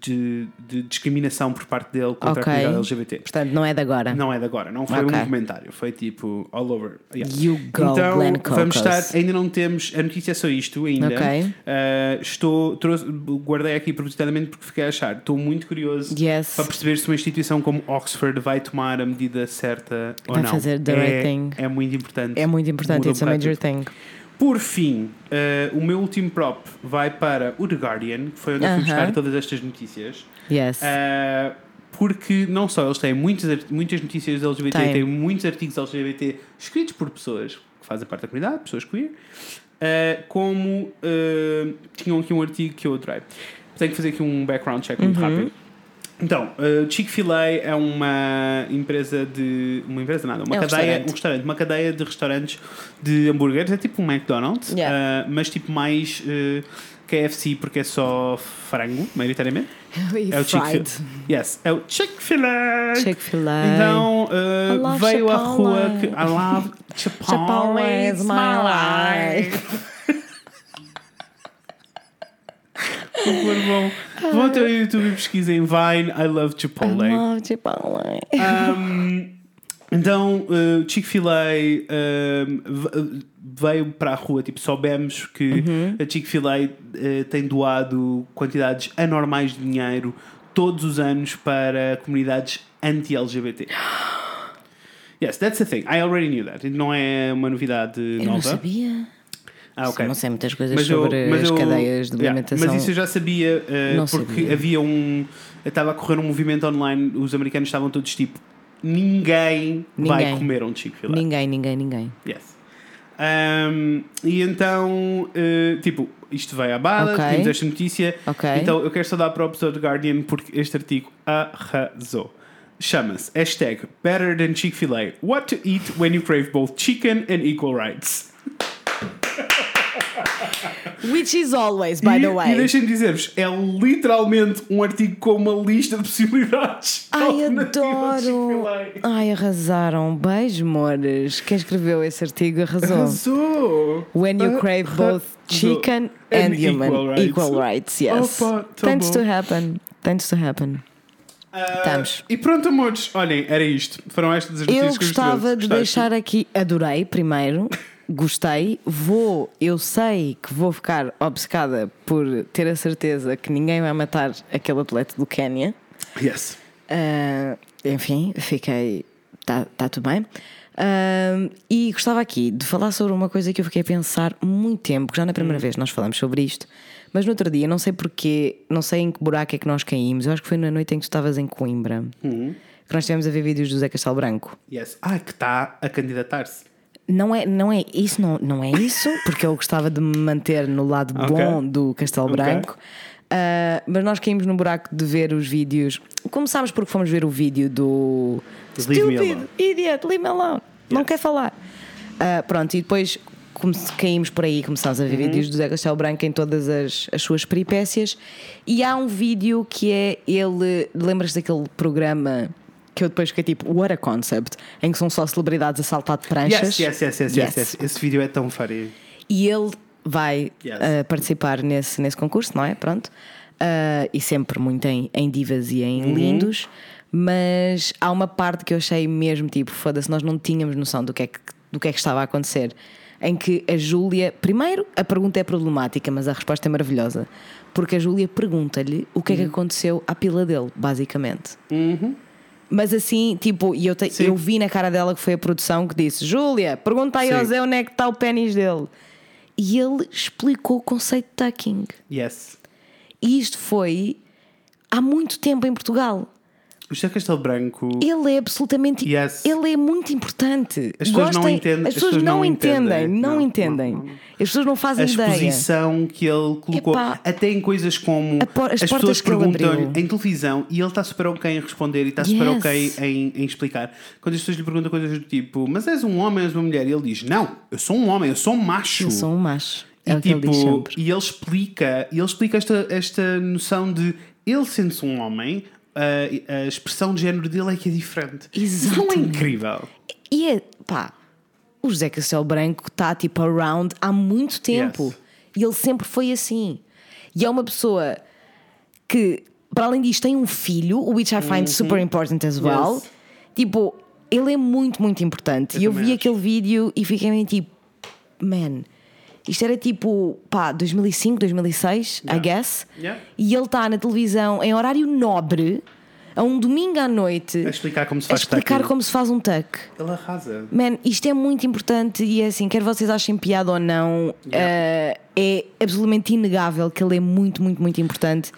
Speaker 1: de, de discriminação por parte dele contra
Speaker 2: Ok.
Speaker 1: a comunidade LGBT.
Speaker 2: Portanto, não é de agora.
Speaker 1: Não é de agora, não foi
Speaker 2: Ok.
Speaker 1: um comentário, foi tipo all over. Yeah.
Speaker 2: You go,
Speaker 1: então,
Speaker 2: Glenn
Speaker 1: vamos
Speaker 2: Cocos.
Speaker 1: estar, ainda não temos, a notícia é só isto ainda.
Speaker 2: Ok.
Speaker 1: Ah, estou, trouxe- guardei aqui propositadamente porque fiquei a achar, estou muito curioso
Speaker 2: Yes.
Speaker 1: para perceber se uma instituição como Oxford vai tomar a medida certa ou
Speaker 2: Vai
Speaker 1: não.
Speaker 2: fazer the right
Speaker 1: é,
Speaker 2: thing.
Speaker 1: é muito importante.
Speaker 2: É muito importante,
Speaker 1: Muda um
Speaker 2: it's a
Speaker 1: bocado
Speaker 2: major
Speaker 1: tudo.
Speaker 2: thing.
Speaker 1: Por fim, ah, o meu último prop vai para o The Guardian, que foi onde eu fui
Speaker 2: Aham.
Speaker 1: buscar todas estas notícias.
Speaker 2: Yes.
Speaker 1: Uh, porque não só eles têm muitas, ar- muitas notícias LGBT,
Speaker 2: Têm.
Speaker 1: têm muitos artigos LGBT escritos por pessoas que fazem parte da comunidade, pessoas queer, uh, como uh, tinham aqui um artigo que eu adorei. Tenho que fazer aqui um background check
Speaker 2: Uhum.
Speaker 1: muito rápido. Então, uh, Chick-fil-A é uma empresa de. Uma empresa nada, uma
Speaker 2: É um
Speaker 1: cadeia.
Speaker 2: restaurante.
Speaker 1: Um restaurante. Uma cadeia de restaurantes de hambúrgueres. É tipo um McDonald's,
Speaker 2: Yeah.
Speaker 1: uh, mas tipo mais uh, KFC, porque é só frango, maioritariamente. É o Chick-fil- Yes, é o Chick-fil-A.
Speaker 2: Chick-fil-A.
Speaker 1: Então, eh,
Speaker 2: I love
Speaker 1: veio à
Speaker 2: Chipotle.
Speaker 1: rua que I love Chipotle
Speaker 2: Chipotle
Speaker 1: is
Speaker 2: is
Speaker 1: my
Speaker 2: my
Speaker 1: life. Por favor, vão, vão até o YouTube e pesquisem Vine I love Chipotle.
Speaker 2: Oh, Chipotle.
Speaker 1: Um, então, eh, o Chick-fil-A um, v- veio para a rua, tipo, soubemos que
Speaker 2: Uhum.
Speaker 1: a Chick-fil-A eh, tem doado quantidades anormais de dinheiro todos os anos para comunidades anti-LGBT. Yes, that's the thing. I already knew that. Não é uma novidade
Speaker 2: Eu
Speaker 1: nova.
Speaker 2: não sabia.
Speaker 1: Ah, ok.
Speaker 2: Não sei muitas coisas
Speaker 1: Mas eu-
Speaker 2: sobre
Speaker 1: mas
Speaker 2: as
Speaker 1: eu-
Speaker 2: cadeias de
Speaker 1: yeah,
Speaker 2: alimentação.
Speaker 1: Mas isso é eu já sabia, eh,
Speaker 2: Não
Speaker 1: porque
Speaker 2: sabia.
Speaker 1: havia um. Estava a correr um movimento online, os americanos estavam todos tipo: ninguém, vai
Speaker 2: Ninguém.
Speaker 1: comer um Chick-fil-A.
Speaker 2: Ninguém, ninguém, ninguém.
Speaker 1: Yes. Um, e então, eh, tipo, isto veio à bala,
Speaker 2: Ok.
Speaker 1: temos esta notícia.
Speaker 2: Ok.
Speaker 1: Então eu quero só dar para o pessoal do Guardian porque este artigo arrasou. Chama-se hashtag Better Than Chick-fil-A. What to eat when you crave both chicken and equal rights.
Speaker 2: Which is always, by
Speaker 1: e,
Speaker 2: the way.
Speaker 1: e deixem-me dizer-vos, é literalmente um artigo com uma lista de possibilidades.
Speaker 2: Ai,
Speaker 1: alternativas de
Speaker 2: adoro!
Speaker 1: Chick-fil-A.
Speaker 2: Ai, arrasaram. Beijo, mores. Quem escreveu esse artigo arrasou.
Speaker 1: Arrasou!
Speaker 2: When you crave both
Speaker 1: Arrasou.
Speaker 2: chicken and, human. Equal rights, yes.
Speaker 1: Opa, tá
Speaker 2: Tends
Speaker 1: bom.
Speaker 2: to happen. Tends to happen.
Speaker 1: Ah,
Speaker 2: Estamos.
Speaker 1: E pronto, amores, olhem, era isto. Foram estas as
Speaker 2: Eu
Speaker 1: notícias que vos
Speaker 2: gostava
Speaker 1: trouxe.
Speaker 2: de
Speaker 1: Gostaste?
Speaker 2: deixar aqui. Adorei, primeiro. Gostei. Vou, eu sei que vou ficar obcecada por ter a certeza que ninguém vai matar aquele atleta do Quénia.
Speaker 1: Yes.
Speaker 2: Ah, enfim, fiquei. Está tá tudo bem. Ah, e gostava aqui de falar sobre uma coisa que eu fiquei a pensar muito tempo, que já na primeira vez nós falamos sobre isto, mas no outro dia, não sei porquê, não sei em que buraco é que nós caímos, eu acho que foi na noite em que tu estavas em Coimbra, que nós estivemos a ver vídeos do Zé Castelo Branco.
Speaker 1: Yes. Ah, que está a candidatar-se.
Speaker 2: Não é, não é isso, não, não é isso, porque eu gostava de me manter no lado
Speaker 1: Ok.
Speaker 2: bom do Castelo
Speaker 1: Ok.
Speaker 2: Branco. Ah, mas nós caímos no buraco de ver os vídeos. Começámos porque fomos ver o vídeo do
Speaker 1: Leave Me Alone.
Speaker 2: Idiot, Leave Me Alone. Não quer falar. Ah, pronto, e depois come- caímos por aí e começámos a
Speaker 1: Uhum.
Speaker 2: ver vídeos do Zé Castelo Branco em todas as, as suas peripécias. E há um vídeo que é ele. Lembras daquele programa que eu depois fiquei tipo, What a Concept, em que são só celebridades a saltar de pranchas?
Speaker 1: Yes, yes, yes, yes, yes, yes. Esse vídeo é tão faria.
Speaker 2: E ele vai
Speaker 1: Yes.
Speaker 2: uh, participar nesse, nesse concurso, não é? Pronto. Uh, e sempre muito em, em divas e
Speaker 1: Uhum.
Speaker 2: em lindos. Mas há uma parte que eu achei mesmo tipo, foda-se, nós não tínhamos noção do que, é que, do que é que estava a acontecer. Em que a Júlia, primeiro, a pergunta é problemática, mas a resposta é maravilhosa. Porque a Júlia pergunta-lhe o
Speaker 1: Uhum.
Speaker 2: que é que aconteceu à pila dele, basicamente. Mas assim, tipo, e eu, te-
Speaker 1: Sim.
Speaker 2: eu vi na cara dela que foi a produção que disse: Júlia, pergunta aí ao
Speaker 1: Sim.
Speaker 2: Zé onde é que está o pênis dele. E ele explicou o conceito de tucking.
Speaker 1: Yes.
Speaker 2: E isto foi há muito tempo em Portugal.
Speaker 1: O José Castelo Branco.
Speaker 2: Ele é absolutamente.
Speaker 1: Yes.
Speaker 2: Ele é muito importante.
Speaker 1: As pessoas não
Speaker 2: Gostem-
Speaker 1: entendem-
Speaker 2: As pessoas não entendem. Não,
Speaker 1: Não,
Speaker 2: entendem.
Speaker 1: não, não.
Speaker 2: As pessoas não fazem
Speaker 1: A
Speaker 2: ideia.
Speaker 1: exposição que ele colocou,
Speaker 2: Epá.
Speaker 1: até em coisas como
Speaker 2: A por- as
Speaker 1: as pessoas
Speaker 2: portas que ele
Speaker 1: perguntam-lhe
Speaker 2: abriu.
Speaker 1: em televisão e ele está super ok em responder e está super
Speaker 2: Yes.
Speaker 1: ok em, em explicar. Quando as pessoas lhe perguntam coisas do tipo, mas és um homem, és uma mulher? E ele diz, não, eu sou um homem, eu sou um macho.
Speaker 2: Eu sou um macho.
Speaker 1: E,
Speaker 2: É o que ele diz
Speaker 1: tipo,
Speaker 2: sempre.
Speaker 1: e ele explica, e ele explica esta, esta noção de ele sendo-se um homem, a, a expressão de género dele é que é diferente. Isso não é
Speaker 2: Exatamente.
Speaker 1: incrível.
Speaker 2: E é, pá, o José Castelo Branco está tipo around há muito tempo.
Speaker 1: Yes.
Speaker 2: E ele sempre foi assim. E é uma pessoa que, para além disto, tem um filho, o which I find super important as well.
Speaker 1: Uhum. Yes.
Speaker 2: Tipo, ele é muito, muito importante. e eu vi
Speaker 1: também acho.
Speaker 2: aquele vídeo e fiquei meio tipo, man. Isto era tipo, pá, 2005, 2006, I
Speaker 1: Yeah.
Speaker 2: guess.
Speaker 1: Yeah.
Speaker 2: E ele está na televisão em horário nobre, a um domingo à noite,
Speaker 1: A É explicar como se
Speaker 2: a
Speaker 1: faz
Speaker 2: explicar
Speaker 1: tucking.
Speaker 2: como se faz um tuck.
Speaker 1: Ele arrasa.
Speaker 2: Man, isto é muito importante e é assim, quer vocês achem piada ou não, eh, é absolutamente inegável que ele é muito, muito, muito importante.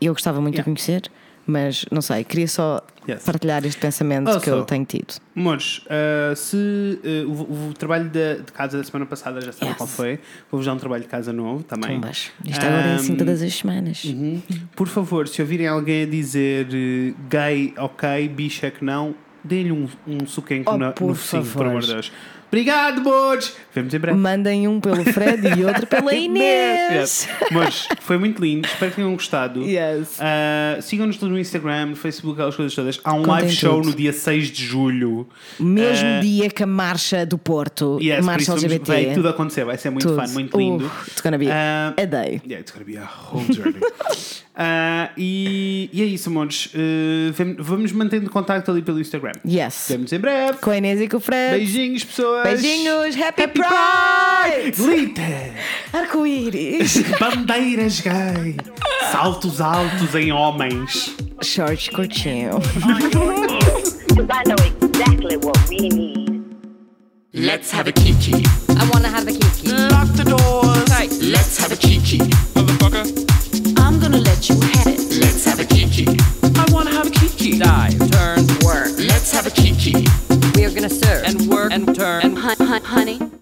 Speaker 2: Eu gostava muito
Speaker 1: Yeah.
Speaker 2: de conhecer, mas não sei, queria só
Speaker 1: Yes. Oh,
Speaker 2: partilhar este pensamento que
Speaker 1: Also.
Speaker 2: eu tenho tido.
Speaker 1: Amores, ah, se ah, o, o trabalho da- de, casa da semana passada já sabem
Speaker 2: Yes.
Speaker 1: qual foi, vou-vos dar um trabalho de casa novo também.
Speaker 2: Mas isto agora é assim
Speaker 1: Ahm,
Speaker 2: todas as semanas.
Speaker 1: Um, Uhum. Por favor, se ouvirem alguém a dizer eh, gay, ok, bicha que não, deem-lhe um, um suquinho
Speaker 2: Oh,
Speaker 1: no,
Speaker 2: por
Speaker 1: no focinho,
Speaker 2: favor.
Speaker 1: por amor de Deus. Obrigado, Bodes! Vemos em breve.
Speaker 2: Mandem um pelo Fred e outro pela Inês.
Speaker 1: Yes. Mas foi muito lindo, espero que tenham gostado.
Speaker 2: Yes.
Speaker 1: Ah, Sigam-nos no Instagram, no Facebook, aquelas coisas todas. Há um
Speaker 2: Contem
Speaker 1: live show
Speaker 2: tudo.
Speaker 1: no dia 6 de julho.
Speaker 2: Mesmo
Speaker 1: Ah,
Speaker 2: dia que a marcha do Porto,
Speaker 1: Yes, por
Speaker 2: marcha
Speaker 1: isso vamos-
Speaker 2: LGBT.
Speaker 1: vai tudo acontecer, vai ser muito
Speaker 2: Tudo.
Speaker 1: fun, muito lindo.
Speaker 2: Uh, it's gonna be
Speaker 1: Ah,
Speaker 2: a day.
Speaker 1: Yeah, it's gonna be a whole journey. Ah, e, e é isso, amores. Eh, vem- vamos mantendo contacto ali pelo Instagram.
Speaker 2: Yes.
Speaker 1: Vemos em breve.
Speaker 2: Com a Inês e com o Fred.
Speaker 1: Beijinhos, pessoas.
Speaker 2: Beijinhos, Happy,
Speaker 1: Happy
Speaker 2: Pride!
Speaker 1: Glitter!
Speaker 2: Arco-íris!
Speaker 1: Bandeiras gay! Saltos altos em homens!
Speaker 2: Shorts curtinho.
Speaker 6: Because I know exactly what we need. Let's have a kiki.
Speaker 7: I wanna have a kiki.
Speaker 6: Lock the doors. Let's have a kiki.
Speaker 7: I'm gonna let you have it.
Speaker 6: Let's have a kiki. I wanna have a kiki. Dive, turn, work. Let's have a kiki.
Speaker 7: We are gonna serve
Speaker 6: And work and turn.
Speaker 7: Hon- hon- honey.